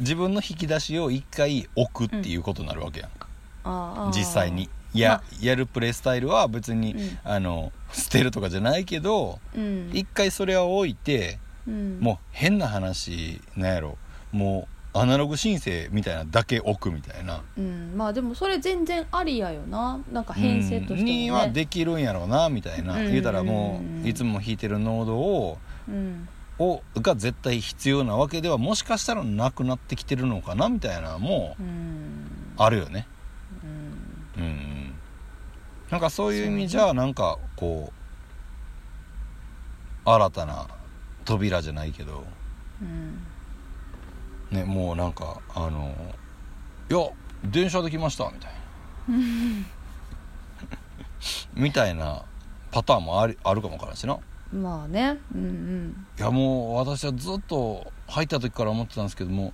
Speaker 1: 自分の引き出しを一回置くっていうことになるわけやんか、
Speaker 2: あーあー
Speaker 1: 実際にや,、
Speaker 2: ま
Speaker 1: やるプレイスタイルは別に、
Speaker 2: うん
Speaker 1: あの捨てるとかじゃないけど
Speaker 2: うん
Speaker 1: 一回それは置いて
Speaker 2: うん
Speaker 1: もう変な話なんやろもうアナログ申請みたいなだけ置くみたいな、
Speaker 2: うん、まあでもそれ全然ありやよななんか編成としても、ね
Speaker 1: うんにはできるんやろうなみたいな、
Speaker 2: うん
Speaker 1: 言うたらもういつも弾いてるノードを
Speaker 2: うん
Speaker 1: をが絶対必要なわけではもしかしたらなくなってきてるのかなみたいなのも
Speaker 2: うん
Speaker 1: あるよね。
Speaker 2: うん
Speaker 1: うんうん、なんかそういう意味じゃなんかこう新たな扉じゃないけど、
Speaker 2: うん
Speaker 1: ね、もうなんかあの「いや電車で来ました」みたいな みたいなパターンもありあるかもわからんしな。
Speaker 2: まあねうん
Speaker 1: いやもう私はずっと入った時から思ってたんですけども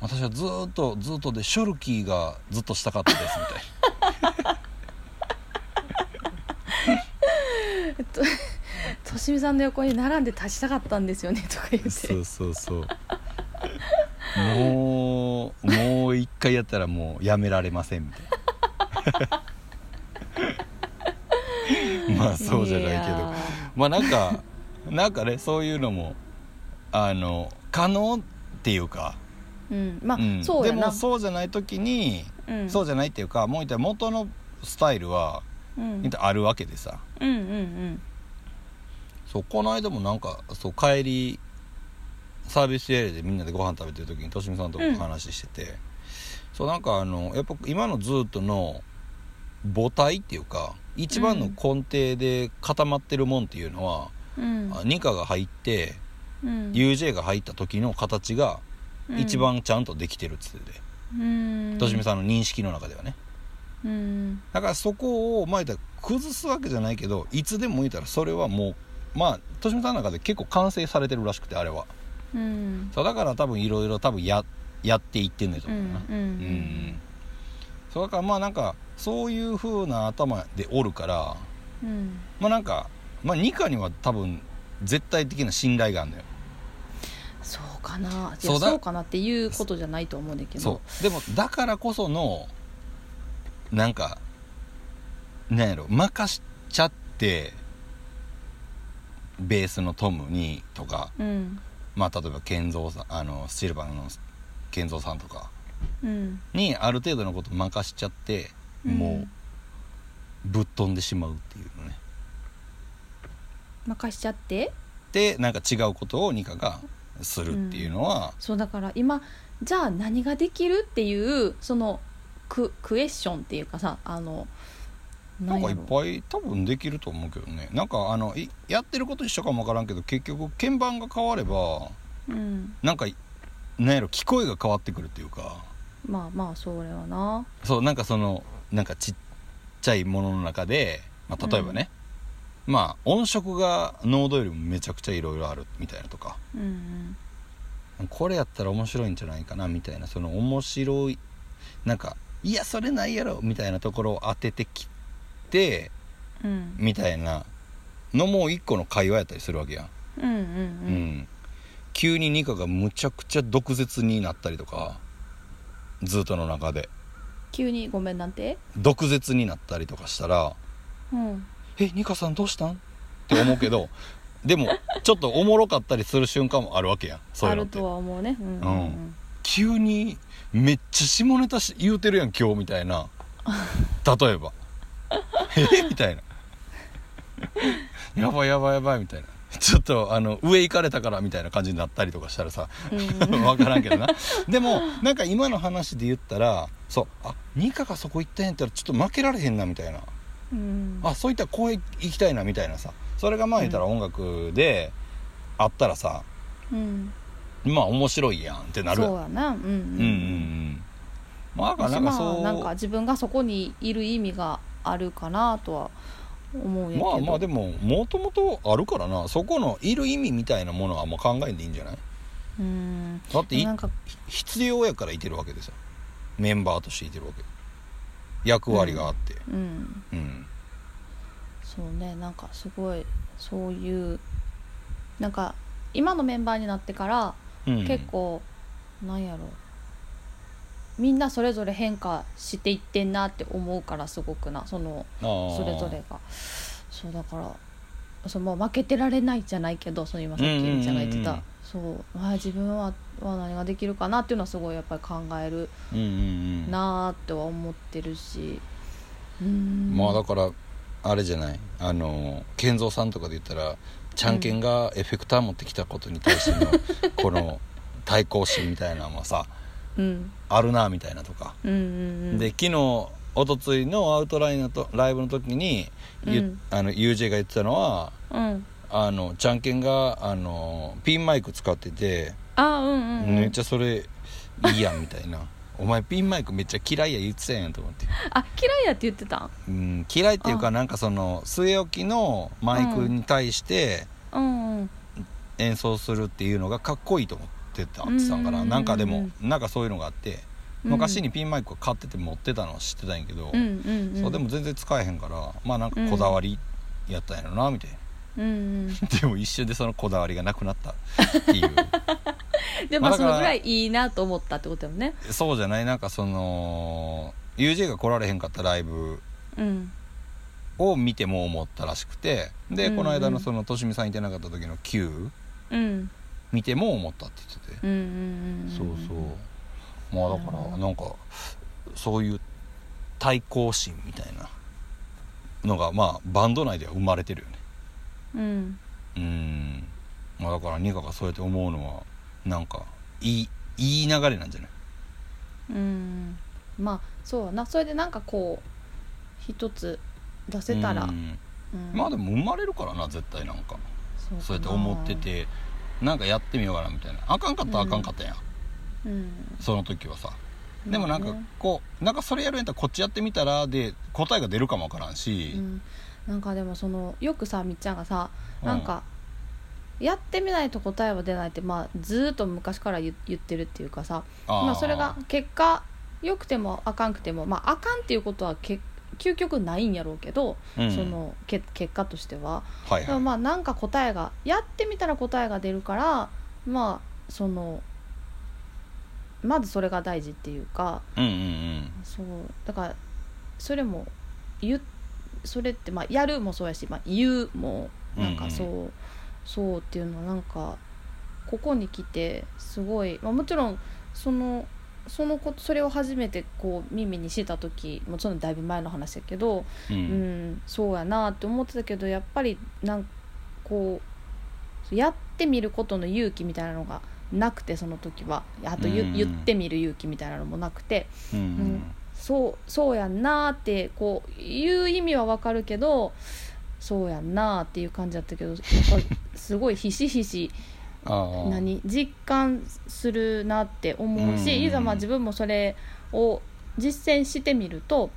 Speaker 1: 私はずっとずっとでショルキーがずっとしたかったですみたいな
Speaker 2: うんとしみさんの横に並んで立ちたかったんですよねとか言っ て
Speaker 1: そうそうそうもうもう一回やったらもうやめられませんみたい なまあそうじゃないけど
Speaker 2: や
Speaker 1: まあなんかなんかねそういうのもあの可能っていうか、
Speaker 2: ーうんまあ、
Speaker 1: うん
Speaker 2: そう
Speaker 1: で
Speaker 2: やな
Speaker 1: もそうじゃない時に
Speaker 2: うん、
Speaker 1: そうじゃないっていうかもう言ったら元のスタイルは
Speaker 2: うん、
Speaker 1: 言ったらあるわけでさ
Speaker 2: うんうん
Speaker 1: そうこの間もなんかそう帰りサービスエリアでみんなでご飯食べてる時にとしみさんとお話ししてて、そうなんかあのやっぱ今のずっとの母体っていうか一番の根底で固まってるもんっていうのは、
Speaker 2: うん
Speaker 1: あニカが入って、
Speaker 2: うん
Speaker 1: UJ が入った時の形が一番ちゃんとできてるっつってて、
Speaker 2: うん
Speaker 1: としみさんの認識の中ではね。
Speaker 2: うん
Speaker 1: だからそこをまあ言ったら崩すわけじゃないけどいつでも言ったらそれはもうまあ豊島さんの中で結構完成されてるらしくてあれは
Speaker 2: うん
Speaker 1: そうだから多分いろいろ多分ややっていってんねんと
Speaker 2: うんう
Speaker 1: 思うなうん
Speaker 2: ん
Speaker 1: そうだからまあなんかそういう風な頭でおるから
Speaker 2: うん
Speaker 1: まあなんかまあ二課には多分絶対的な信頼があるのよ
Speaker 2: そうかなそ
Speaker 1: そううだ
Speaker 2: そうかなっていうことじゃないと思うねんだけど
Speaker 1: そうでもだからこそのなんかなんやろ任しちゃってベースのトムにとか
Speaker 2: うん
Speaker 1: まあ例えば健三さんあのシルバーの健三さんとか
Speaker 2: うん
Speaker 1: にある程度のこと任しちゃって、
Speaker 2: うん
Speaker 1: もうぶっ飛んでしまうっていうのね
Speaker 2: 任しちゃって
Speaker 1: でなんか違うことをニカがするっていうのは、
Speaker 2: そうだから今じゃあ何ができるっていうそのククエスチョンっていうかさあの
Speaker 1: なんかいっ
Speaker 2: い
Speaker 1: ぱい多分できると思うけどねなんかあのいやってること一緒かもわからんけど結局鍵盤が変われば
Speaker 2: うん
Speaker 1: なんかなんやろ聞こえが変わってくるっていうか
Speaker 2: まあまあそれはな
Speaker 1: そうなんかそのなんかちっちゃいものの中で、まあ、例えばね、まあ音色がノードよりもめちゃくちゃいろいろあるみたいなとか
Speaker 2: うん
Speaker 1: これやったら面白いんじゃないかなみたいなその面白いなんかいやそれないやろみたいなところを当ててきて
Speaker 2: うんうん
Speaker 1: みたいなのも一個の会話やったりするわけやん、
Speaker 2: うんう
Speaker 1: う
Speaker 2: ん
Speaker 1: ん
Speaker 2: うん
Speaker 1: 急にニカがむちゃくちゃ毒舌になったりとかずっとの中で
Speaker 2: 急にごめんなんて
Speaker 1: 毒舌になったりとかしたら
Speaker 2: うん
Speaker 1: 「えニカさんどうしたん?」って思うけどでもちょっとおもろかったりする瞬間もあるわけやんそうい
Speaker 2: あ
Speaker 1: うのっ
Speaker 2: る
Speaker 1: て
Speaker 2: とは思うねうんうんうん
Speaker 1: 急にめっちゃ下ネタし言うてるやん今日みたいな例えば「えみたいな「やばいやばいやばい」みたいな。ちょっとあの上行かれたからみたいな感じになったりとかしたらさわからんけどなでもなんか今の話で言ったらそうあニカがそこ行ったんやったらちょっと負けられへんなみたいな
Speaker 2: うん
Speaker 1: あそういった公園行きたいなみたいなさそれがまあ言ったら音楽であったらさ、
Speaker 2: うん
Speaker 1: まあ面白いやんってなるやん
Speaker 2: そうやなうんう
Speaker 1: うんうんうんんまあだか
Speaker 2: ま
Speaker 1: らなんかそう、
Speaker 2: あなんか自分がそこにいる意味があるかなとは思うんやけど
Speaker 1: まあまあでももともとあるからなそこのいる意味みたいなものはあんま考えんでいいんじゃない
Speaker 2: うん
Speaker 1: だってい
Speaker 2: なんか
Speaker 1: 必要やからいてるわけですよメンバーとしていてるわけ役割があって
Speaker 2: うん
Speaker 1: うん
Speaker 2: そうねなんかすごいそういうなんか今のメンバーになってから
Speaker 1: うん
Speaker 2: 結構、なんやろみんなそれぞれ変化していってんなって思うからすごくなその
Speaker 1: あー
Speaker 2: それぞれがそうだからそうもう負けてられないじゃないけどそう今さっき
Speaker 1: うんうんうんうん
Speaker 2: みーちゃんが言ってた、そうあー自分はは何ができるかなっていうのはすごいやっぱり考える
Speaker 1: うんうんうん
Speaker 2: なーっては思ってるしうーん
Speaker 1: まあだからあれじゃないあの健三さんとかで言ったらちゃんけんがエフェクター持ってきたことに対してのこの対抗心みたいなのもさ
Speaker 2: うん
Speaker 1: あるなみたいなとか、
Speaker 2: うんうんうん
Speaker 1: で昨日一昨日のアウトラインのとライブの時に、ゆ
Speaker 2: うん
Speaker 1: あの UJ が言ってたのは
Speaker 2: うん
Speaker 1: あのちゃんけんがあのピンマイク使ってて、
Speaker 2: あーうんうん、うん、
Speaker 1: めっちゃそれいいやんみたいな お前ピンマイクめっちゃ嫌いや言ってたやんと思って、
Speaker 2: あ嫌いやって言ってたん
Speaker 1: うん、嫌いっていう
Speaker 2: あ
Speaker 1: かなんかその据え置きのマイクに対して
Speaker 2: うんうん
Speaker 1: 演奏するっていうのがかっこいいと思ってたってたんか
Speaker 2: うんうんうん
Speaker 1: な
Speaker 2: うん
Speaker 1: なんかでもなんかそういうのがあって
Speaker 2: うん
Speaker 1: 昔にピンマイクを買ってて持ってたのは知ってたんやけど、
Speaker 2: うんうんうん
Speaker 1: そうでも全然使えへんからまあなんかこだわりやったんやろなみたいな。
Speaker 2: うん
Speaker 1: でも一瞬でそのこだわりがなくなったっていう
Speaker 2: うんでも
Speaker 1: まあ
Speaker 2: ま
Speaker 1: だ
Speaker 2: あそ
Speaker 1: から
Speaker 2: のぐらいいいなと思ったってことよね
Speaker 1: そうじゃないなんかその UJ が来られへんかったライブ
Speaker 2: うん
Speaker 1: を見ても思ったらしくてで、
Speaker 2: うんうん
Speaker 1: この間のそのとしみさんいてなかった時の Q
Speaker 2: うん
Speaker 1: 見ても思ったって言ってて、
Speaker 2: うんうんうん
Speaker 1: そうそうまあだか
Speaker 2: なるほ
Speaker 1: ら
Speaker 2: ど
Speaker 1: なんかそういう対抗心みたいなのがまあバンド内では生まれてるよね
Speaker 2: うん
Speaker 1: うんまあだからニカがそうやって思うのはなんかいいいい流れなんじゃない
Speaker 2: うんまあそうやなそれでなんかこう一つ出せたら、
Speaker 1: う
Speaker 2: うんん
Speaker 1: まあでも生まれるからな絶対なんか
Speaker 2: そうかな
Speaker 1: そうやって思っててなんかやってみようかなみたいなあかんかったらあかんかったやん、
Speaker 2: うん
Speaker 1: その時はさでもなん
Speaker 2: ま
Speaker 1: か
Speaker 2: あね
Speaker 1: こうなんかそれやるんやったらこっちやってみたらで答えが出るかもわからんし、
Speaker 2: うん、なんかでもそのよくさみっちゃんがさなんか、やってみないと答えは出ないって、まあ、ずーっと昔から言言ってるっていうかさ、
Speaker 1: あー
Speaker 2: まあ、それが結果良くてもあかんくても、まあ、あかんっていうことはけ究極ないんやろうけど、
Speaker 1: うん
Speaker 2: そのけ結果としては、
Speaker 1: はい
Speaker 2: で
Speaker 1: は
Speaker 2: も
Speaker 1: い、
Speaker 2: まあなんか答えがやってみたら答えが出るからまあそのまずそれが大事っていうか
Speaker 1: うんうんうん
Speaker 2: そうだからそれも言うそれってまあやるもそうやし、まあ、言うもなんかそう、
Speaker 1: う
Speaker 2: そうっていうのはなんかここに来てすごい、まあ、もちろんそのそのことそれを初めてこう耳にした時もちろんだいぶ前の話だけど、
Speaker 1: う
Speaker 2: うんん、そうやなって思ってたけどやっぱりなんかこうやってみることの勇気みたいなのがなくてその時はあと言,、
Speaker 1: うん
Speaker 2: 言ってみる勇気みたいなのもなくて
Speaker 1: うん
Speaker 2: そうそうやんなーってこういう意味はわかるけどそうやんなーっていう感じだったけどやっぱすごいひしひし
Speaker 1: あー
Speaker 2: 何実感するなって思う
Speaker 1: うんうん
Speaker 2: し
Speaker 1: うん
Speaker 2: いざまあ自分もそれを実践してみると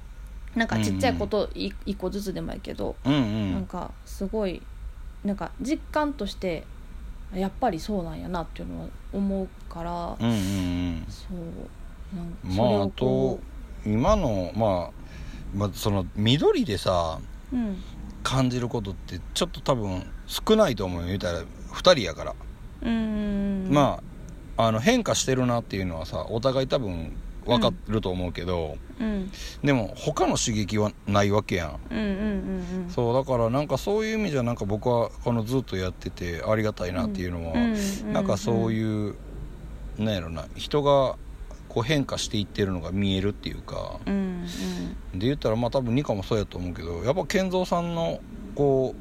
Speaker 2: なんかちっちゃいことい一個ずつでもいいけど
Speaker 1: うんう
Speaker 2: なん
Speaker 1: ん
Speaker 2: かすごいなんか実感としてやっぱりそうなんやなっていうのは思うから
Speaker 1: うんうんうん
Speaker 2: そうなんかそれ
Speaker 1: まああ
Speaker 2: を
Speaker 1: と
Speaker 2: こ
Speaker 1: 今のまあまあその緑でさ
Speaker 2: ううん
Speaker 1: 感じることってちょっと多分少ないと思うよ言うたら2人やから、
Speaker 2: うーん
Speaker 1: まああの変化してるなっていうのはさお互い多分分かると思うけど、
Speaker 2: うん
Speaker 1: でも他の刺激はないわけやん、
Speaker 2: うんうんうんうん
Speaker 1: そうだからなんかそういう意味じゃなんか僕はこのずっとやっててありがたいなっていうのは、
Speaker 2: うん
Speaker 1: なんかそう
Speaker 2: う
Speaker 1: いうなんやろな人がこう変化していってるのが見えるっていうか、
Speaker 2: んうん
Speaker 1: で言ったらまあ多分ニカもそうやと思うけどやっぱ健三さんのこ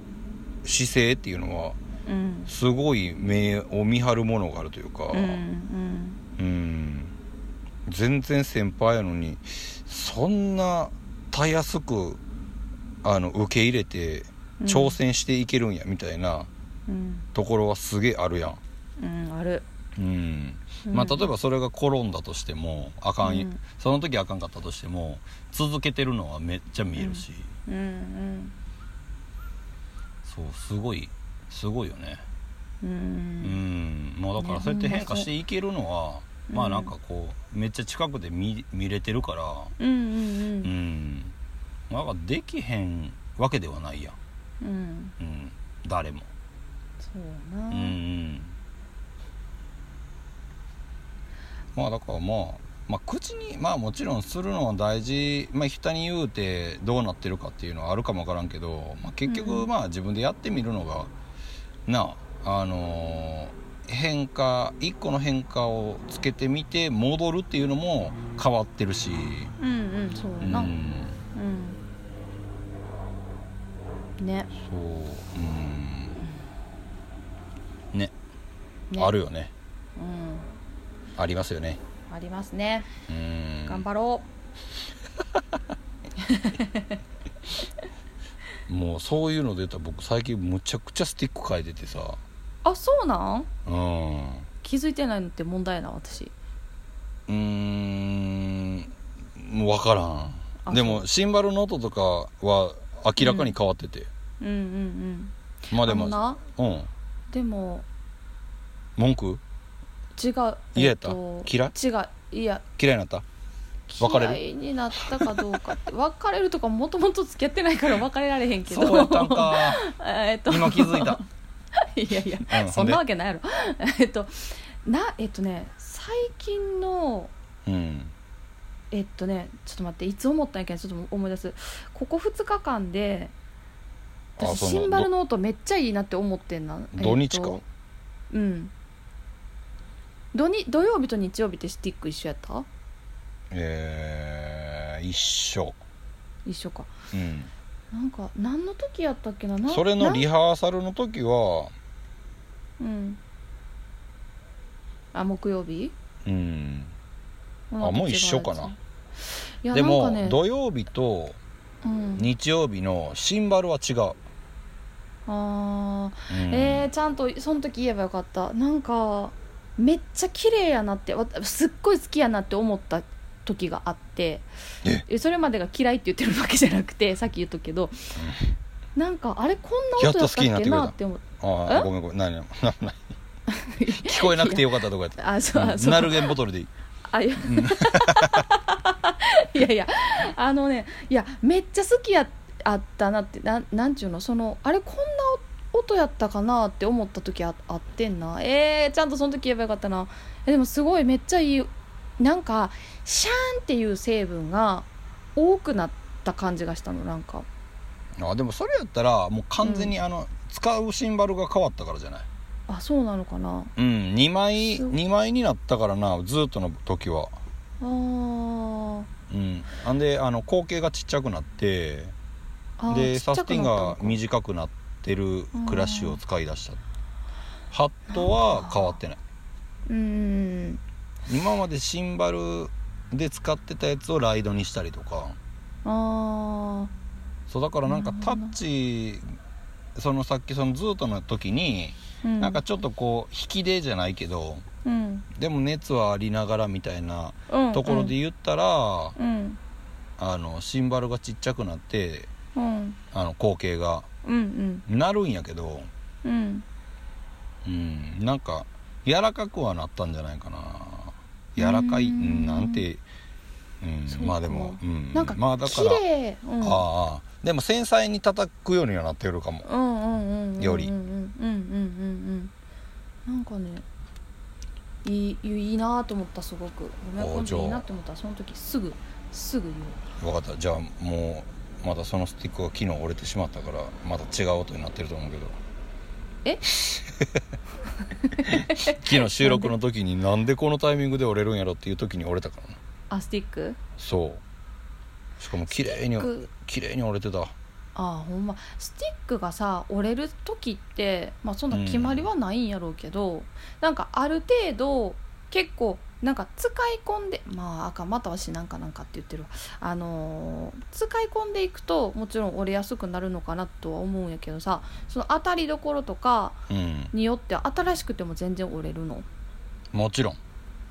Speaker 1: う姿勢っていうのは
Speaker 2: うんうん
Speaker 1: すごい目を見張るものがあるというか
Speaker 2: うんうん
Speaker 1: うん全然先輩やのにそんなたやすくあの受け入れて
Speaker 2: うん
Speaker 1: 挑戦していけるんやみたいな
Speaker 2: うん
Speaker 1: ところはすげえあるやん。
Speaker 2: うんある
Speaker 1: うんま
Speaker 2: う
Speaker 1: あ、
Speaker 2: ん
Speaker 1: 例えばそれが転んだとしてもあかん、
Speaker 2: うん
Speaker 1: その時あかんかったとしても続けてるのはめっちゃ見えるし、
Speaker 2: うん
Speaker 1: そうすごいすごいよね
Speaker 2: う
Speaker 1: うん
Speaker 2: ん、
Speaker 1: まあだから
Speaker 2: ね
Speaker 1: そうやって
Speaker 2: ほんま
Speaker 1: 変化していけるのは、
Speaker 2: うん
Speaker 1: まあなんかこうめっちゃ近くで見見れてるから
Speaker 2: うんうん
Speaker 1: う
Speaker 2: うん
Speaker 1: んなんかできへんわけではないやん、
Speaker 2: うん
Speaker 1: うん、誰も
Speaker 2: そうやな、
Speaker 1: うんうんまあだからまあまあ、口にまあもちろんするのは大事、まあ、人に言うてどうなってるかっていうのはあるかもわからんけど、まあ、結
Speaker 2: うんう
Speaker 1: 局
Speaker 2: ん
Speaker 1: まあ自分でやってみるのが、なああのー変化一個の変化をつけてみて戻るっていうのも変わってるし、
Speaker 2: うんうんそう
Speaker 1: う
Speaker 2: やなうん
Speaker 1: ん、
Speaker 2: ね
Speaker 1: そううんね
Speaker 2: ね
Speaker 1: あるよね
Speaker 2: うん
Speaker 1: ありますよね
Speaker 2: ありますね
Speaker 1: うん
Speaker 2: 頑張ろ
Speaker 1: もうそういうので言ったら僕最近むちゃくちゃスティック変えててさ
Speaker 2: うあそうなん
Speaker 1: うんう
Speaker 2: 気づいてないのって問題やな私
Speaker 1: ーん分から
Speaker 2: あ
Speaker 1: んでもシンバルの音とかは明らかに変わってて、
Speaker 2: うんうんうん
Speaker 1: まあ
Speaker 2: あ
Speaker 1: で
Speaker 2: の
Speaker 1: も
Speaker 2: な
Speaker 1: うん
Speaker 2: でも
Speaker 1: 文句
Speaker 2: 違う
Speaker 1: 嫌やった
Speaker 2: と
Speaker 1: 嫌い
Speaker 2: 違ういや
Speaker 1: 嫌いになった別れる
Speaker 2: 嫌いになったかどうかって別れるとかもともと付き合ってないから別れられへんけど
Speaker 1: そうやったんか
Speaker 2: えっと
Speaker 1: 今気づいた
Speaker 2: いやいや
Speaker 1: うん
Speaker 2: そんなわけないやろ えっとなえっとね最近の
Speaker 1: うん
Speaker 2: えっとねちょっと待っていつ思ったんやけどちょっと思い出すここ2日間で
Speaker 1: あ
Speaker 2: 私
Speaker 1: その
Speaker 2: シンバルの音めっちゃいいなって思ってんなえっと
Speaker 1: 土日か、
Speaker 2: うん土に土曜日と日曜日ってスティック一緒やった
Speaker 1: えー一緒
Speaker 2: 一緒か
Speaker 1: うん
Speaker 2: なんか何の時やったっけなな
Speaker 1: それの
Speaker 2: な
Speaker 1: リハーサルの時は
Speaker 2: うんあ木曜日
Speaker 1: うん
Speaker 2: ん
Speaker 1: あもう一緒かな
Speaker 2: 違うやついや
Speaker 1: でも、
Speaker 2: なんかね
Speaker 1: 土曜日と
Speaker 2: うん
Speaker 1: 日曜日のシンバルは違う、
Speaker 2: あー
Speaker 1: うん
Speaker 2: えー、ちゃんとその時言えばよかったなんかめっちゃ綺麗やなってわすっごい好きやなって思った時があって
Speaker 1: え
Speaker 2: えそれまでが嫌いって言ってるわけじゃなくてさっき言っとくけどなんかあれこんな音やったっ
Speaker 1: やっと好き
Speaker 2: け
Speaker 1: にな
Speaker 2: な
Speaker 1: っ
Speaker 2: ってて思っ
Speaker 1: ああ
Speaker 2: え
Speaker 1: ごめんごめん何 何何何 聞こえなくてよかったとこやった
Speaker 2: あそうあ
Speaker 1: た
Speaker 2: そう
Speaker 1: ナルゲンボトルでいい
Speaker 2: あいや いやいやあのねいやめっちゃ好きやあったなってなんなんちゅうのそのあれこんな音やったかなって思った時ああってんなえー、ちゃんとその時言えばよかったなえでもすごいめっちゃいいなんかシャーンっていう成分が多くなった感じがしたのなんか
Speaker 1: あでもそれやったらもう完全にあの、使うシンバルが変わったからじゃない
Speaker 2: あそうなのかな
Speaker 1: うん2枚
Speaker 2: そう
Speaker 1: 二枚になったからなずっとの時は
Speaker 2: あー
Speaker 1: うんあんであの口径がちっちゃくなって
Speaker 2: あー
Speaker 1: で
Speaker 2: ち
Speaker 1: サ
Speaker 2: っちゃ
Speaker 1: ス
Speaker 2: く
Speaker 1: ティン
Speaker 2: なったの
Speaker 1: が
Speaker 2: か
Speaker 1: 短くなってるクラッシュを使い出したハットは変わってない
Speaker 2: うんうん
Speaker 1: 今までシンバルで使ってたやつをライドにしたりとか
Speaker 2: うんあ
Speaker 1: そうだからなんか
Speaker 2: なる
Speaker 1: タ
Speaker 2: ほど
Speaker 1: ッチそのさっきそのズートの時に、
Speaker 2: ー、うん、
Speaker 1: なんかちょっとこう引きでじゃないけど
Speaker 2: うん、
Speaker 1: でも熱はありながらみたいな
Speaker 2: うん
Speaker 1: ところで言ったら、
Speaker 2: うん
Speaker 1: あのシンバルがちっちゃくなって
Speaker 2: うん
Speaker 1: あの光景が
Speaker 2: うん
Speaker 1: なるんやけど、
Speaker 2: うんうん
Speaker 1: うん、なんか柔らかくはなったんじゃないかな柔らかい
Speaker 2: うん
Speaker 1: なんて、うん
Speaker 2: そうか
Speaker 1: まあでも、うん、
Speaker 2: なんか
Speaker 1: まあだ
Speaker 2: 綺
Speaker 1: から
Speaker 2: 麗、うん、
Speaker 1: ああでも繊細に叩くようにはなってるかも
Speaker 2: うんうんうんうん
Speaker 1: より
Speaker 2: うんうんうんうんうんなんかねいいいいいいなと思ったすごくごめん
Speaker 1: お
Speaker 2: 今
Speaker 1: じゃあ
Speaker 2: 度いいなと思ったらその時すぐすぐ言
Speaker 1: 分かったじゃあもうまたそのスティックが機能折れてしまったからまた違う音になってると思うけど
Speaker 2: え
Speaker 1: 昨日収録の時になんでこのタイミングで折れるんやろっていう時に折れたからな
Speaker 2: うあスティック
Speaker 1: そうしかも綺麗に
Speaker 2: スティック
Speaker 1: 綺麗に折れてた
Speaker 2: ああほんまスティックがさ折れる時ってまあそんな決まりはないんやろうけど、なんかある程度結構なんか使い込んでまああかんまたわしなんかなんかって言ってるわあのー使い込んでいくともちろん折れやすくなるのかなとは思うんやけどさその当たりどころとか
Speaker 1: うん
Speaker 2: によっては新しくても全然折れるの
Speaker 1: もちろん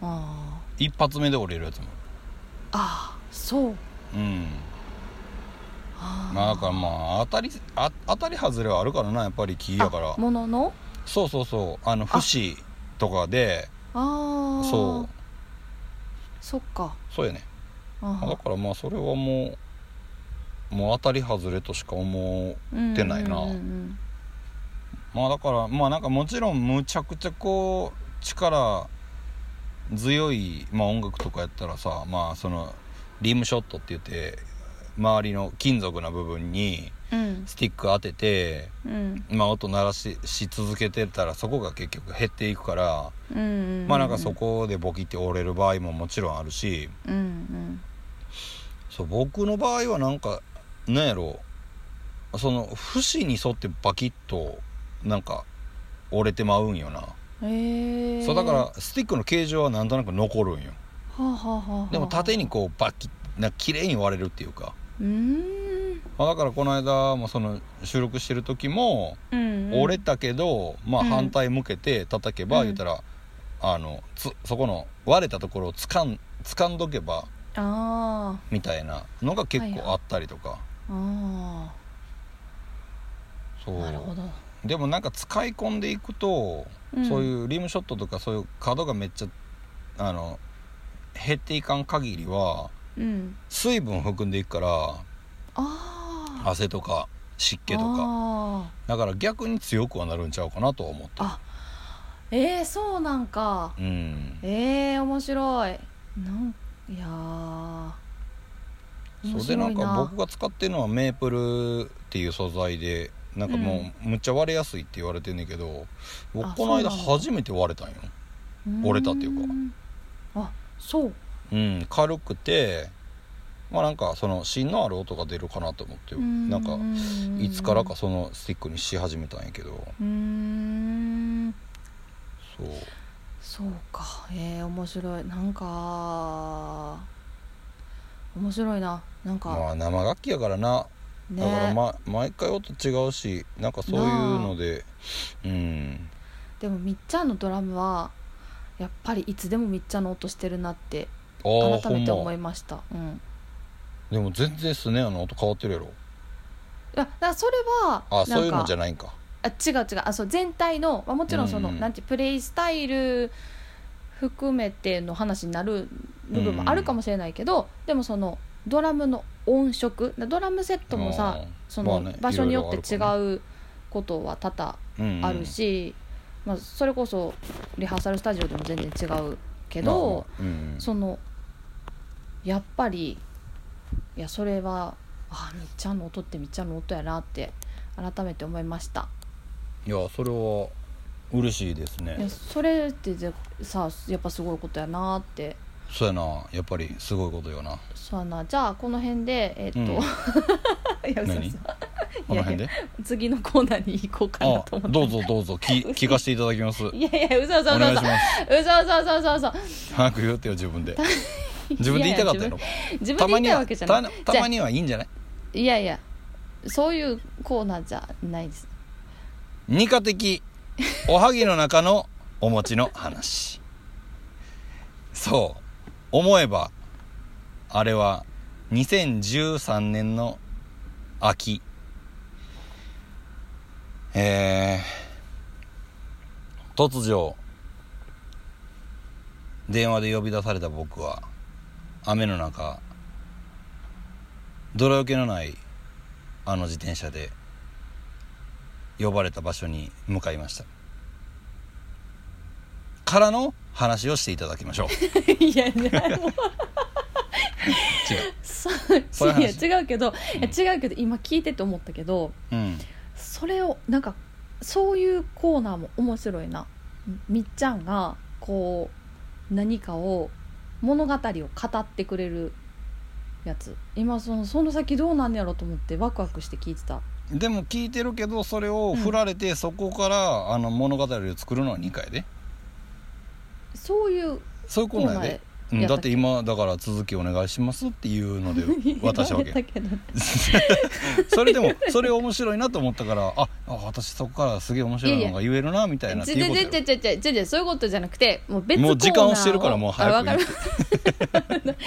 Speaker 2: あ
Speaker 1: 一発目で折れるやつも
Speaker 2: ーあーそう
Speaker 1: うんまあだからまあ当たりあ当たり外れはあるからなやっぱり木やから
Speaker 2: あものの
Speaker 1: そうそうそうあの
Speaker 2: あ
Speaker 1: 節とかで
Speaker 2: ああ
Speaker 1: そう
Speaker 2: そっか
Speaker 1: そうやね
Speaker 2: あ
Speaker 1: だからまあそれはもうもう当たり外れとしか思う
Speaker 2: っ
Speaker 1: ってないなまあだからまあなんかもちろんむちゃくちゃこう力強い、まあ、音楽とかやったらさまあそのリムショットって言って周りの金属な部分に
Speaker 2: うん
Speaker 1: スティック当てて、
Speaker 2: うん
Speaker 1: まあ、音鳴らしし続けてたらそこが結局減っていくから、
Speaker 2: うんうん
Speaker 1: まあなんかそこでボキって折れる場合ももちろんあるし
Speaker 2: うんうん
Speaker 1: そう僕の場合はなんかなんやろその節に沿ってバキッとなんか折れてまうんよな。
Speaker 2: へえ
Speaker 1: そうだからスティックの形状はなんとなく残るんよ
Speaker 2: はあはあはあはあ
Speaker 1: でも縦にこうバキッな綺麗に割れるっていうか、
Speaker 2: うーん
Speaker 1: まあ、だからこの間もその収録してる時も
Speaker 2: うんうん
Speaker 1: 折れたけど、まあ
Speaker 2: うん
Speaker 1: 反対向けて叩けば
Speaker 2: うん
Speaker 1: 言ったら、あのつそこの割れたところをつかん掴んどけば
Speaker 2: ああ
Speaker 1: みたいなのが結
Speaker 2: はい
Speaker 1: 構
Speaker 2: はい
Speaker 1: あったりとか、
Speaker 2: あ
Speaker 1: そ
Speaker 2: あなるほ
Speaker 1: う
Speaker 2: ど
Speaker 1: でもなんか使い込んでいくと、
Speaker 2: うん
Speaker 1: そういうリムショットとかそういう角がめっちゃあの減っていかん限りは
Speaker 2: うん
Speaker 1: 水分含んでいくから
Speaker 2: ああ
Speaker 1: 汗とか湿気とか
Speaker 2: あ
Speaker 1: だから逆に強くはなるんちゃうかなとは思った
Speaker 2: ああえー、そうなんか
Speaker 1: うん
Speaker 2: えー、面白いなんいやー
Speaker 1: そ
Speaker 2: 面
Speaker 1: れで
Speaker 2: 白
Speaker 1: ないん
Speaker 2: な
Speaker 1: か僕が使ってるのはメープルっていう素材でなんかもうむっちゃ割れやすいって言われてんねんけど
Speaker 2: あ
Speaker 1: 僕この間
Speaker 2: そうなんだ
Speaker 1: 初めて割れたんよ折れたっていうか
Speaker 2: かあそう
Speaker 1: うん軽くてまあなんかその芯のある音が出るかなと思ってなんかいつからかそのスティックにし始めたんやけど
Speaker 2: うーん
Speaker 1: そう
Speaker 2: そうかえー、面白いなんか面白いななんか、
Speaker 1: まあ生楽器やからな
Speaker 2: ね
Speaker 1: だから、ま、毎回音違うしなんかそういうのでうん
Speaker 2: でもみっちゃんのドラムはやっぱりいつでもみっちゃんの音してるなって
Speaker 1: あー
Speaker 2: 改めて
Speaker 1: ほん
Speaker 2: 思
Speaker 1: ま
Speaker 2: いましたうん
Speaker 1: でも全然スネアの音変わってるやろ
Speaker 2: いやだからそれは
Speaker 1: あそういうのじゃ
Speaker 2: な
Speaker 1: ないんか
Speaker 2: んかあ違う違うあそう全体の、まあ、もちろんその、
Speaker 1: うんうん
Speaker 2: なんていうプレイスタイル含めての話になる部分もあるかもしれないけど、でもそのドラムの音色だドラムセットもさ、
Speaker 1: うん
Speaker 2: そ
Speaker 1: ま
Speaker 2: の
Speaker 1: あね
Speaker 2: 場所によっ
Speaker 1: いろ
Speaker 2: て違
Speaker 1: いろあ
Speaker 2: うことは多々
Speaker 1: うんうん
Speaker 2: あるし、まあ、それこそリハーサルスタジオでも全然違うけど、
Speaker 1: まあまあうんうん
Speaker 2: そのやっぱりいやそれはあみっちゃんの音ってみっちゃんの音やなって改めて思いました
Speaker 1: いやそれは嬉しいです
Speaker 2: いや
Speaker 1: ね
Speaker 2: それってぜさやっぱすごいことやなって
Speaker 1: そうやなやっぱりすごいことよな
Speaker 2: そうやなじゃあこの辺でえっ と、
Speaker 1: うん
Speaker 2: いや嘘嘘
Speaker 1: 何この辺で
Speaker 2: 次のコーナーに行こうかな
Speaker 1: あ
Speaker 2: と思って
Speaker 1: どうぞどうぞき聞かせていただき ますお
Speaker 2: いやいや嘘嘘嘘
Speaker 1: 願い
Speaker 2: 嘘
Speaker 1: します
Speaker 2: 嘘嘘嘘嘘
Speaker 1: 早く言ってよ自 分で自分で言いたかったやろ
Speaker 2: 自
Speaker 1: た
Speaker 2: 分
Speaker 1: ま
Speaker 2: で
Speaker 1: に
Speaker 2: 言いたい
Speaker 1: は
Speaker 2: わけじゃない
Speaker 1: たたまにはいいんじゃない
Speaker 2: じゃあいやいやそういうコーナーじゃない です
Speaker 1: 二課的おはぎの中のお餅の話そう思えばあれは2013年の秋えー、突如電話で呼び出された僕は雨の中泥よけのないあの自転車で呼ばれた場所に向かいましたからの話をしていただきましょう
Speaker 2: いやねも
Speaker 1: 違
Speaker 2: う
Speaker 1: う
Speaker 2: そ
Speaker 1: そういう
Speaker 2: う
Speaker 1: 話
Speaker 2: いや違うけど、
Speaker 1: うん
Speaker 2: いや違うけど今聞いてて思ったけど
Speaker 1: うん
Speaker 2: それをなんかそういうコーナーも面白いなみっちゃんがこう何かを物語を語ってくれるやつ今そのその先どうなんやろうと思ってワクワクして聞いてた
Speaker 1: でも聞いてるけどそれを振られてそこからあの物語を作るのは2回で
Speaker 2: そういう
Speaker 1: そういう
Speaker 2: コ
Speaker 1: こ
Speaker 2: ー
Speaker 1: とや
Speaker 2: ナー
Speaker 1: で
Speaker 2: で
Speaker 1: うん
Speaker 2: やった
Speaker 1: だ
Speaker 2: っ
Speaker 1: っ
Speaker 2: け
Speaker 1: て今だから続きお願いしますっていう ので渡したわ
Speaker 2: 言われ
Speaker 1: け
Speaker 2: たけど
Speaker 1: それでもそれ面白いなと思ったからああ私そこからすげえ面白いのが言えるなみたいなって
Speaker 2: ち
Speaker 1: いう
Speaker 2: ち
Speaker 1: ことよ
Speaker 2: ちちちちちそういうことじゃなくてもう別コーナー
Speaker 1: もう時間をしてるからもう
Speaker 2: あ
Speaker 1: 早
Speaker 2: わ
Speaker 1: く
Speaker 2: か
Speaker 1: 言っ
Speaker 2: る
Speaker 1: て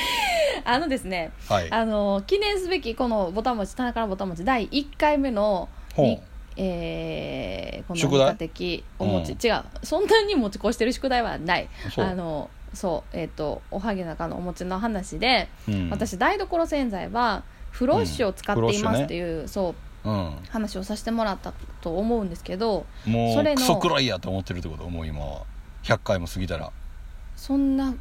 Speaker 2: あのですね
Speaker 1: はい
Speaker 2: あの記念すべきこの「ぼたもち棚からぼたもち」第1回目の
Speaker 1: ほう
Speaker 2: にえーこの
Speaker 1: 宿題
Speaker 2: 文化的お餅、
Speaker 1: うん
Speaker 2: 違うそんなに持ち越してる宿題はない
Speaker 1: そう
Speaker 2: あのそうえっ、とおはぎの中のお餅の話で、
Speaker 1: うん
Speaker 2: 私台所洗剤はフロッシュを使
Speaker 1: うんフロ
Speaker 2: っ
Speaker 1: ッ
Speaker 2: て
Speaker 1: シ
Speaker 2: い
Speaker 1: ュね
Speaker 2: ますっていう、そう
Speaker 1: うん
Speaker 2: 話をさせてもらったと思うんですけど
Speaker 1: も
Speaker 2: そうれの
Speaker 1: クソくらいやと思ってるってこともう今は100回も過ぎたら
Speaker 2: そんな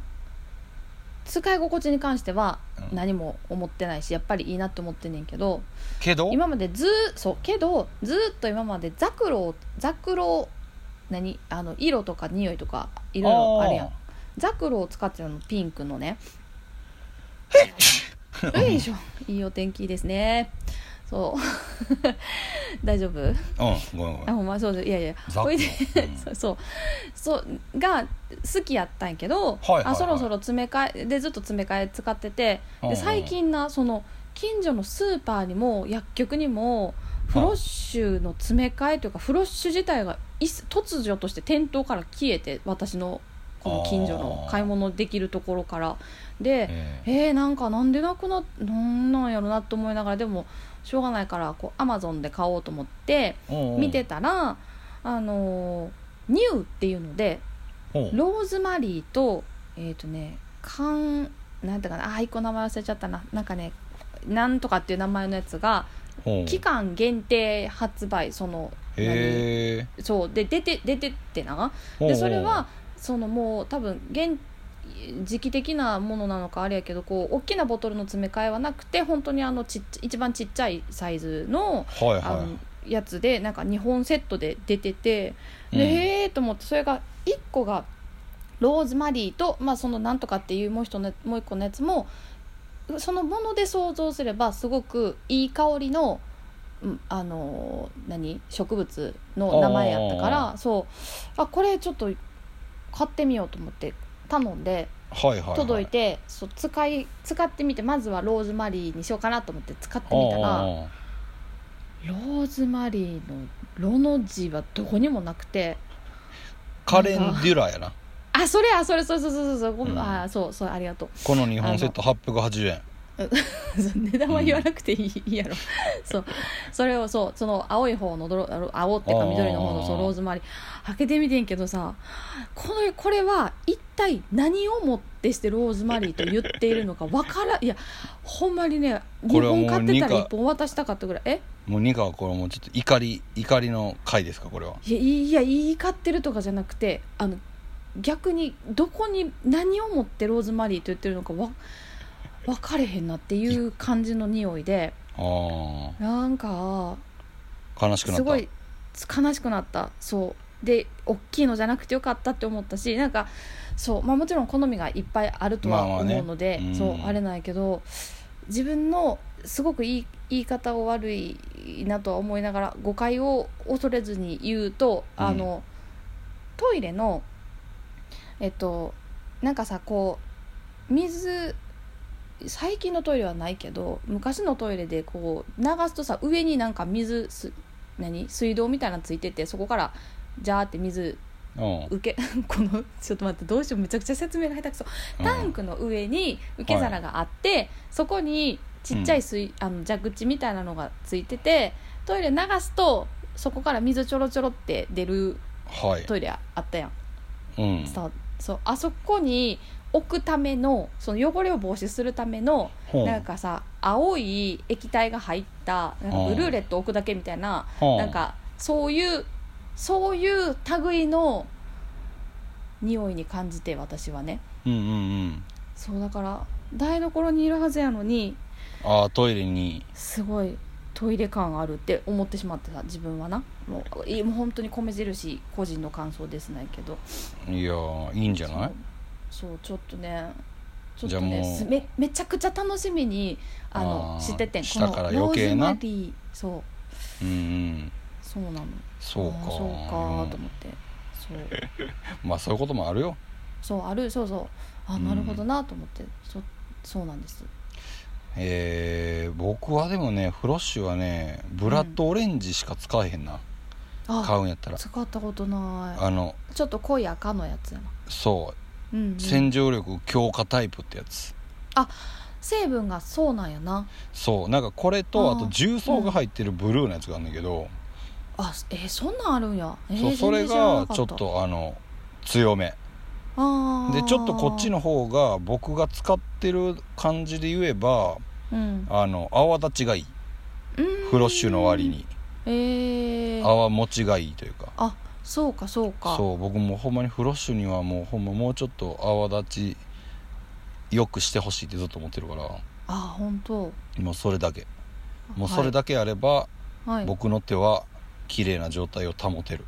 Speaker 2: 使い心地に関しては
Speaker 1: うん
Speaker 2: 何も思ってないしやっぱりいいなって思ってんねんけど
Speaker 1: けど
Speaker 2: 今までずそうけどずっと今までザクロザクロ何あの色とか匂いとかいろいろあるや
Speaker 1: あ
Speaker 2: んザクロを使ってたのピンクの ね
Speaker 1: ー
Speaker 2: よいしょいいお天気ですねそう 大丈 夫
Speaker 1: うんごめんごめ
Speaker 2: あ
Speaker 1: ん
Speaker 2: ほんまそうそういやいや
Speaker 1: ザクロ
Speaker 2: ほいで
Speaker 1: うん
Speaker 2: そうそうそうが好きやったんやけど、
Speaker 1: はいはいはい
Speaker 2: あそろそろ詰め替えでずっと詰め替え使ってて
Speaker 1: うんう
Speaker 2: で
Speaker 1: ん
Speaker 2: 最近なその近所のスーパーにも薬局にもフロッシュの詰め替えというかフロッシュ自体がいす突如として店頭から消えて私のこの近所の
Speaker 1: あー
Speaker 2: 買い物できるところからで、
Speaker 1: ええ
Speaker 2: えー、なんかなんでなくなっなんなんやろなと思いながらでもしょうがないからこうアマゾンで買おうと思って
Speaker 1: うんうん
Speaker 2: 見てたら、あのーニューっていうので
Speaker 1: ほう
Speaker 2: ローズマリーとえっ、とねかんなんていうかなあー一個名前忘れちゃったななんかねなんとかっていう名前のやつが
Speaker 1: ほう
Speaker 2: 期間限定発売その
Speaker 1: へえ
Speaker 2: そうで出て出てってな
Speaker 1: ほうほ
Speaker 2: で
Speaker 1: う
Speaker 2: それはそのもう多分現時期的なものなのかあれやけどこう大きなボトルの詰め替えはなくて本当にあのちっち一番ちっちゃいサイズの
Speaker 1: はい
Speaker 2: あ
Speaker 1: は
Speaker 2: のやつでなんか2本セットで出てて、
Speaker 1: い
Speaker 2: で
Speaker 1: うん
Speaker 2: へえと思ってそれが1個がローズマリーと、まあ、そのなんとかっていうもう一のもう1個のやつもそのもので想像すればすごくいい香りの。うんあのー何植物の名前やったからそうあこれちょっと買ってみようと思って頼んで
Speaker 1: はいはいは
Speaker 2: 届いて、そう使い使ってみてまずはローズマリーにしようかなと思って使ってみたら
Speaker 1: あ
Speaker 2: ローズマリーの「ロ」の字はどこにもなくて
Speaker 1: あカレンデュラやな
Speaker 2: あそれあそれそうそうそうそうそうごめん、
Speaker 1: うん
Speaker 2: あそうそうありがとう
Speaker 1: この日本セット880円
Speaker 2: 値段は言わなくていい,、いいやろそうそれをそうその青い方のどろあの青っていうか
Speaker 1: あー
Speaker 2: 緑の方のそうローズマリー開けてみてんけどさこれこれは一体何をもってしてローズマリーと言っているのかわからんいやほんまにね
Speaker 1: こ
Speaker 2: 2
Speaker 1: れはもう
Speaker 2: 本買ってたら
Speaker 1: 二
Speaker 2: 1本渡したかったぐらいえ
Speaker 1: もうニカはこれもうちょっと怒り怒りの回ですかこれはい
Speaker 2: やいや言い勝ってるとかじゃなくてあの逆にどこに何をもってローズマリーと言ってるのかわ分かれへんなっていう感じの匂いで
Speaker 1: あ
Speaker 2: なんか
Speaker 1: あ悲しくなった
Speaker 2: すごい悲しくなったそうで大きいのじゃなくてよかったって思ったしなんかそう、まあ、もちろん好みがいっぱいあると
Speaker 1: ま
Speaker 2: は
Speaker 1: あまあね
Speaker 2: 思うので、
Speaker 1: うん
Speaker 2: そうあれないけど自分のすごくいい言い方を悪いなとは思いながら誤解を恐れずに言うと
Speaker 1: うん
Speaker 2: あの、トイレのえっとなんかさこう水最近のトイレはないけど昔のトイレでこう流すとさ上になんか水す何水道みたいなのついててそこからジャーって水
Speaker 1: うん
Speaker 2: 受け このちょっと待ってどうしようめちゃくちゃ説明が下手くそ、
Speaker 1: うん
Speaker 2: タンクの上に受け皿があって、そこにちっちゃい水、あの蛇口みたいなのがついててトイレ流すとそこから水ちょろちょろって出る
Speaker 1: はい
Speaker 2: トイレあったやん、
Speaker 1: うん
Speaker 2: さそうあそこに置くためのその汚れを防止するための
Speaker 1: ほう
Speaker 2: なんかさ青い液体が入ったなんかブルーレット置くだけみたいな
Speaker 1: ほう
Speaker 2: なんかそういうそういう類の匂いに感じて私はね
Speaker 1: うんうんうん
Speaker 2: そうだから台所にいるはずやのに
Speaker 1: ああトイレに
Speaker 2: すごいトイレ感あるって思ってしまってさ自分はなもういもう本当に米印個人の感想ですないけど
Speaker 1: いやーいいんじゃない
Speaker 2: そうそうちょっとねちょっ
Speaker 1: じゃ
Speaker 2: と
Speaker 1: あもう
Speaker 2: ねすめめちゃくちゃ楽しみにあの
Speaker 1: あー
Speaker 2: しててんこ
Speaker 1: した
Speaker 2: の
Speaker 1: から
Speaker 2: ロ
Speaker 1: 余
Speaker 2: ーズ
Speaker 1: 計な
Speaker 2: マリーそう
Speaker 1: うんうん
Speaker 2: そうなの
Speaker 1: そうか
Speaker 2: あーそうかと思ってそう
Speaker 1: うんまあそういうこともあるよ
Speaker 2: そうあるそうそうあ
Speaker 1: うん
Speaker 2: なるほどなと思って、そそうなんです
Speaker 1: えー僕はでもねフロッシュはねブラッドオレンジしか使えへんな、買
Speaker 2: あ
Speaker 1: うんやったら
Speaker 2: 使ったことな
Speaker 1: あの
Speaker 2: いちょっと濃い赤のやつやな、
Speaker 1: そう、
Speaker 2: うんうん
Speaker 1: 洗浄力強化タイプってやつ
Speaker 2: 成分がそうなんやな
Speaker 1: そうなんかこれと
Speaker 2: あ
Speaker 1: あ
Speaker 2: ー
Speaker 1: と重曹が入ってるブルーのやつがあるんだけど、
Speaker 2: あえーそんなんあるんや、えー
Speaker 1: そうそれ
Speaker 2: 全然知ら
Speaker 1: が
Speaker 2: なか
Speaker 1: ちょっとあの強め
Speaker 2: あー
Speaker 1: でちょっとこっちの方が僕が使ってる感じで言えば
Speaker 2: うん
Speaker 1: あの泡立ちがいいフロッシュの割に
Speaker 2: うんえー、
Speaker 1: 泡持ちがいいというか
Speaker 2: あそうかそうか
Speaker 1: そう僕もほんまにフロッシュにはもうほんまもうちょっと泡立ちよくしてほしいってずっと思ってるから
Speaker 2: あ本当
Speaker 1: もうそれだけもうそれだけあれば、
Speaker 2: はい、はい、
Speaker 1: 僕の手は綺麗な状態を保てる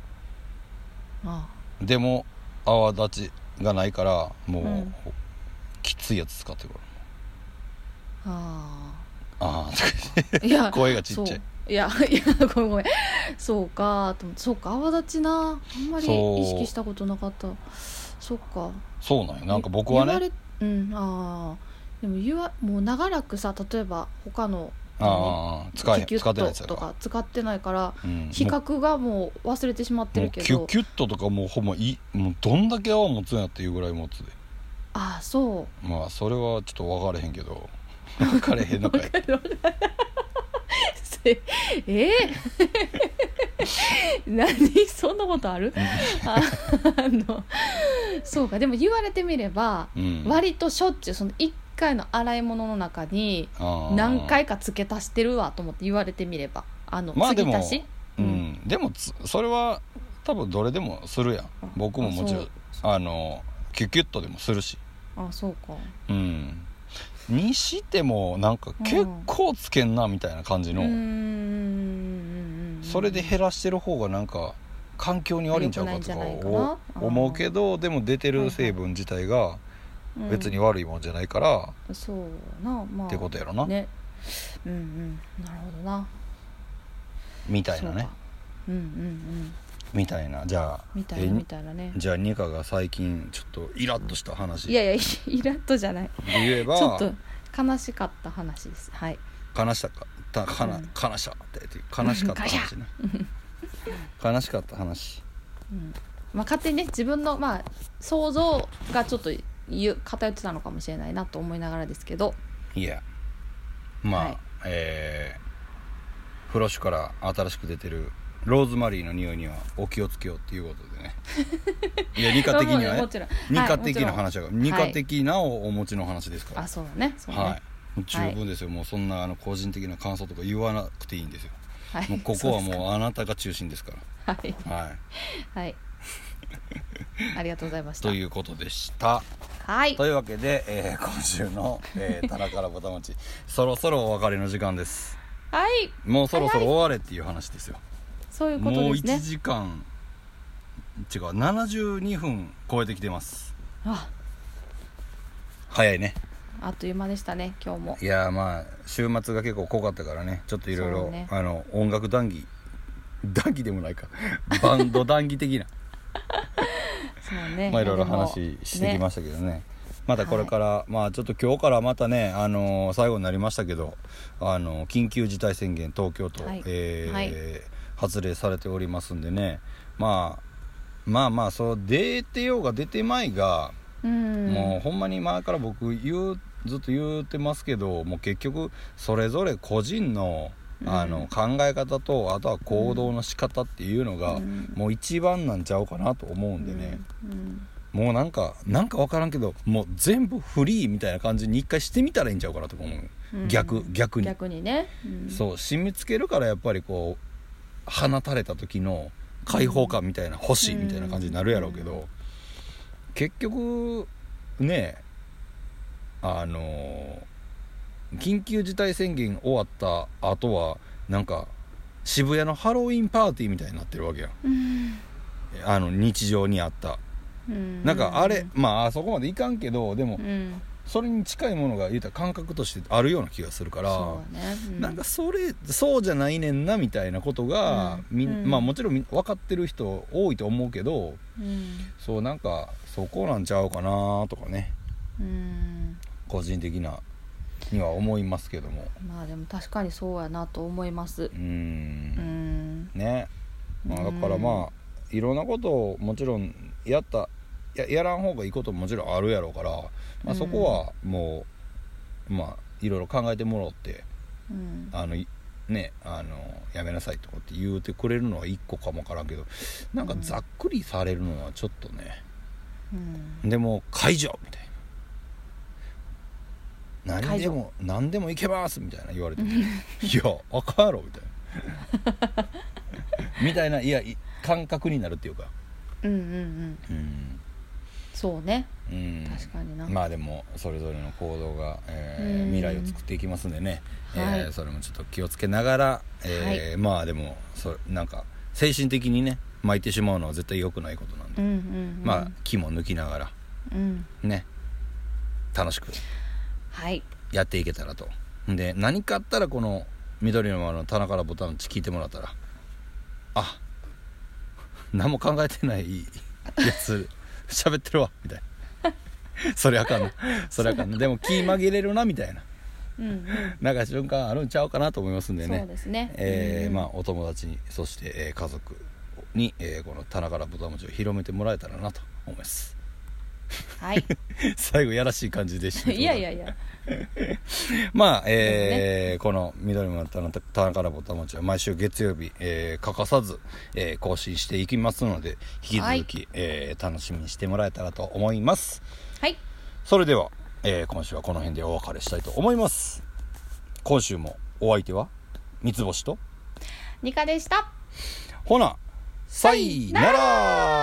Speaker 2: あ
Speaker 1: でも泡立ちがないからもう、
Speaker 2: うん
Speaker 1: きついやつ使ってくる
Speaker 2: あ
Speaker 1: ああ
Speaker 2: ー いや
Speaker 1: 声がちっちゃい
Speaker 2: そういやいやごめんごめんそうかと思ってそうか泡立ちなあんまり
Speaker 1: そう
Speaker 2: 意識したことなかった そっか
Speaker 1: そうなんよなんか僕は
Speaker 2: 言わ
Speaker 1: ね
Speaker 2: れうんああでも言わもう長らくさ例えば他の
Speaker 1: ああ使え
Speaker 2: キュキュッ
Speaker 1: 使ってないや
Speaker 2: と
Speaker 1: つや
Speaker 2: と
Speaker 1: から
Speaker 2: か使ってないから
Speaker 1: うん
Speaker 2: 比
Speaker 1: も
Speaker 2: 較がもう忘れてしまっ
Speaker 1: う
Speaker 2: て
Speaker 1: も
Speaker 2: る
Speaker 1: う
Speaker 2: け
Speaker 1: キュ
Speaker 2: ど
Speaker 1: キュッととかもうほんまいもうどんだけ泡持つんやっていうぐらい持つで
Speaker 2: ああそう
Speaker 1: まあそれはちょっと分かれへんけど 分かれへんのかい
Speaker 2: せ え ー何そんなことある ああのそうかでも言われてみれば、
Speaker 1: うん
Speaker 2: 割としょっちゅうその1回の洗い物の中に
Speaker 1: あー
Speaker 2: 何回か付け足してるわと思って言われてみればあの、
Speaker 1: まあ
Speaker 2: 継ぎ
Speaker 1: でも
Speaker 2: 足し
Speaker 1: う
Speaker 2: うん
Speaker 1: んでもつそれは多分どれでもするやん僕ももちろんあのキュキュッとでもするし
Speaker 2: あそうか
Speaker 1: うんにしてもなんか結構つけんなみたいな感じ
Speaker 2: うー
Speaker 1: の、
Speaker 2: ん
Speaker 1: それで減らしてる方がなんか環境に悪いんちゃうかとか
Speaker 2: 良くないんじゃないかなあー
Speaker 1: お思うけどでも出てる成分自体が別に、悪いもんじゃないから、
Speaker 2: うんそうやなまあ
Speaker 1: ってことやろな、
Speaker 2: ねうんうんなるほどな
Speaker 1: みたいな
Speaker 2: そう
Speaker 1: ね
Speaker 2: かうんうんうん
Speaker 1: みたいなじゃあ
Speaker 2: みたい
Speaker 1: え
Speaker 2: なみたいなね
Speaker 1: じゃあニカが最近ちょっとイラッとした話
Speaker 2: い
Speaker 1: で
Speaker 2: やいや いイラッとじゃない
Speaker 1: 言え
Speaker 2: ちょっ
Speaker 1: ば
Speaker 2: と悲しかった話ですはい
Speaker 1: 悲したかたかな
Speaker 2: うん
Speaker 1: 悲したって言って悲しかった話ね悲しかった話
Speaker 2: まあ勝手にね自分のまあ想像がちょっとゆ偏ってたのかもしれないなと思いながらですけど
Speaker 1: いやまあ、
Speaker 2: はい
Speaker 1: えーフロッシュから新しく出てるローズマリーの匂いにはお気をつけようっていうことで ねいやニカ的には
Speaker 2: まあ
Speaker 1: ね
Speaker 2: もちろん
Speaker 1: ニ
Speaker 2: はい
Speaker 1: カ的な話だからニ
Speaker 2: は
Speaker 1: カ
Speaker 2: い
Speaker 1: 的なをお持ちの話ですから
Speaker 2: あそうだねそうだ
Speaker 1: は
Speaker 2: ね
Speaker 1: い十分ですよ、もうそんなあの個人的な感想とか言わなくていいんですよ
Speaker 2: はい、
Speaker 1: もうここは
Speaker 2: そうです
Speaker 1: もうあなたが中心ですか
Speaker 2: かはい
Speaker 1: らはい
Speaker 2: はい ありがとうございました
Speaker 1: ということでした
Speaker 2: はい
Speaker 1: というわけで、えー今週の「え ー、タラからぼたもち」そろそろお別れの時間です
Speaker 2: はい
Speaker 1: もうそろそろ終われっていう話ですよ、
Speaker 2: そういう
Speaker 1: も
Speaker 2: こと
Speaker 1: う
Speaker 2: です
Speaker 1: 1
Speaker 2: ね
Speaker 1: 時間違う72分超えてきてます
Speaker 2: あ
Speaker 1: 早いね
Speaker 2: あっという間でしたね今日も
Speaker 1: いやーまあ週末が結構濃かったからねちょっといろい
Speaker 2: そ
Speaker 1: ろ
Speaker 2: うね
Speaker 1: あの音楽談義 談義でもないか バンド談義的な
Speaker 2: そう ね
Speaker 1: まあいろいろ
Speaker 2: でも
Speaker 1: 話してきま
Speaker 2: ね
Speaker 1: したけどねまたこれから、まあちょっと今日からまたね、あのー最後になりましたけど、あのー緊急事態宣言東京都、
Speaker 2: はい
Speaker 1: えー
Speaker 2: はい
Speaker 1: 発令されておりますんでね、まあ、まあまあそう出てようが出てまいが、
Speaker 2: うん
Speaker 1: もうほんまに前から僕言うずっと言うてますけどもう結局それぞれ個人の
Speaker 2: うん
Speaker 1: あの考え方とあとは行動の仕方っていうのが、
Speaker 2: うん
Speaker 1: もう一番なんちゃうかなと思うんでね。
Speaker 2: うんうん
Speaker 1: もうなんかなんか分からんけどもう全部フリーみたいな感じに一回してみたらいいんちゃうかなとか思う、
Speaker 2: うん
Speaker 1: 逆逆に
Speaker 2: 逆にね、うん
Speaker 1: そう締め付けるからやっぱりこう放たれた時の解放感みたいな欲しいみたいな感じになるやろうけど、
Speaker 2: うん
Speaker 1: 結局ねあの緊急事態宣言終わった後はなんか渋谷のハロウィンパーティーみたいになってるわけやん
Speaker 2: うん
Speaker 1: あの日常にあった
Speaker 2: うん
Speaker 1: なんかあれまああそこまでいかんけどでも
Speaker 2: うん
Speaker 1: それに近いものが言うたら感覚としてあるような気がするから
Speaker 2: そうだね、う
Speaker 1: なんかそれそうじゃないねんなみたいなことが、
Speaker 2: うん
Speaker 1: みん
Speaker 2: うん
Speaker 1: まあもちろんみ分かってる人多いと思うけど
Speaker 2: うん
Speaker 1: そうなんかそこなんちゃうかなとかね
Speaker 2: うん
Speaker 1: 個人的なには思いますけども
Speaker 2: まあでも確かにそうやなと思います
Speaker 1: うー
Speaker 2: うんん
Speaker 1: ね、まあ、だ
Speaker 2: うん
Speaker 1: からまあいろんなことをもちろんやったややらん方がいいことももちろんあるやろうから、まあ、そこはもう、まあいろいろ考えてもらって
Speaker 2: うん
Speaker 1: あのいねあのやめなさいとかって言うてくれるのは一個かもわからんけどなんか
Speaker 2: うん
Speaker 1: ざっくりされるのはちょっとね、
Speaker 2: うん
Speaker 1: でも解除みたいな何
Speaker 2: 解
Speaker 1: で
Speaker 2: 除
Speaker 1: も何でもいけますみたいな言われても「いやあかんやろ」みたいな みたいないやい感覚になるっていうか
Speaker 2: うんうん
Speaker 1: うん、
Speaker 2: そうね
Speaker 1: うん、
Speaker 2: 確かにな、
Speaker 1: まあでもそれぞれの行動が、えー
Speaker 2: うん
Speaker 1: 未来を作っていきますんでね、
Speaker 2: はい
Speaker 1: えーそれもちょっと気をつけながら、えーまあでもそなんか精神的にね巻いてしまうのは絶対良くないことなんで、
Speaker 2: うんうん、うん、
Speaker 1: まあ気も抜きながら
Speaker 2: うん
Speaker 1: ね楽しく
Speaker 2: はい
Speaker 1: やっていけたらとで何かあったらこの緑の丸の棚からボタンのち聞いてもらったらあ何も考えてないやつ喋ってるわみたいな それあかんなそれあかんなでも気紛れるなみたいな
Speaker 2: うんうん、
Speaker 1: なんか瞬間あるんちゃうかなと思いますんでね
Speaker 2: そうですね
Speaker 1: えー
Speaker 2: うん
Speaker 1: まあお友達にそして、えー家族に、えーこの棚からボタン持ちを広めてもらえたらなと思います
Speaker 2: はい
Speaker 1: 最後やらしい感じでした
Speaker 2: いやいやいや
Speaker 1: まあ、えーこの「緑の田中田中らぼたもち」は毎週月曜日、えー欠かさず、えー更新していきますので引き続き、えー楽しみにしてもらえたらと思います
Speaker 2: はい
Speaker 1: それでは、えー今週はこの辺でお別れしたいと思います今週もお相手は三つ星と
Speaker 2: ニカでした
Speaker 1: ほなさいなら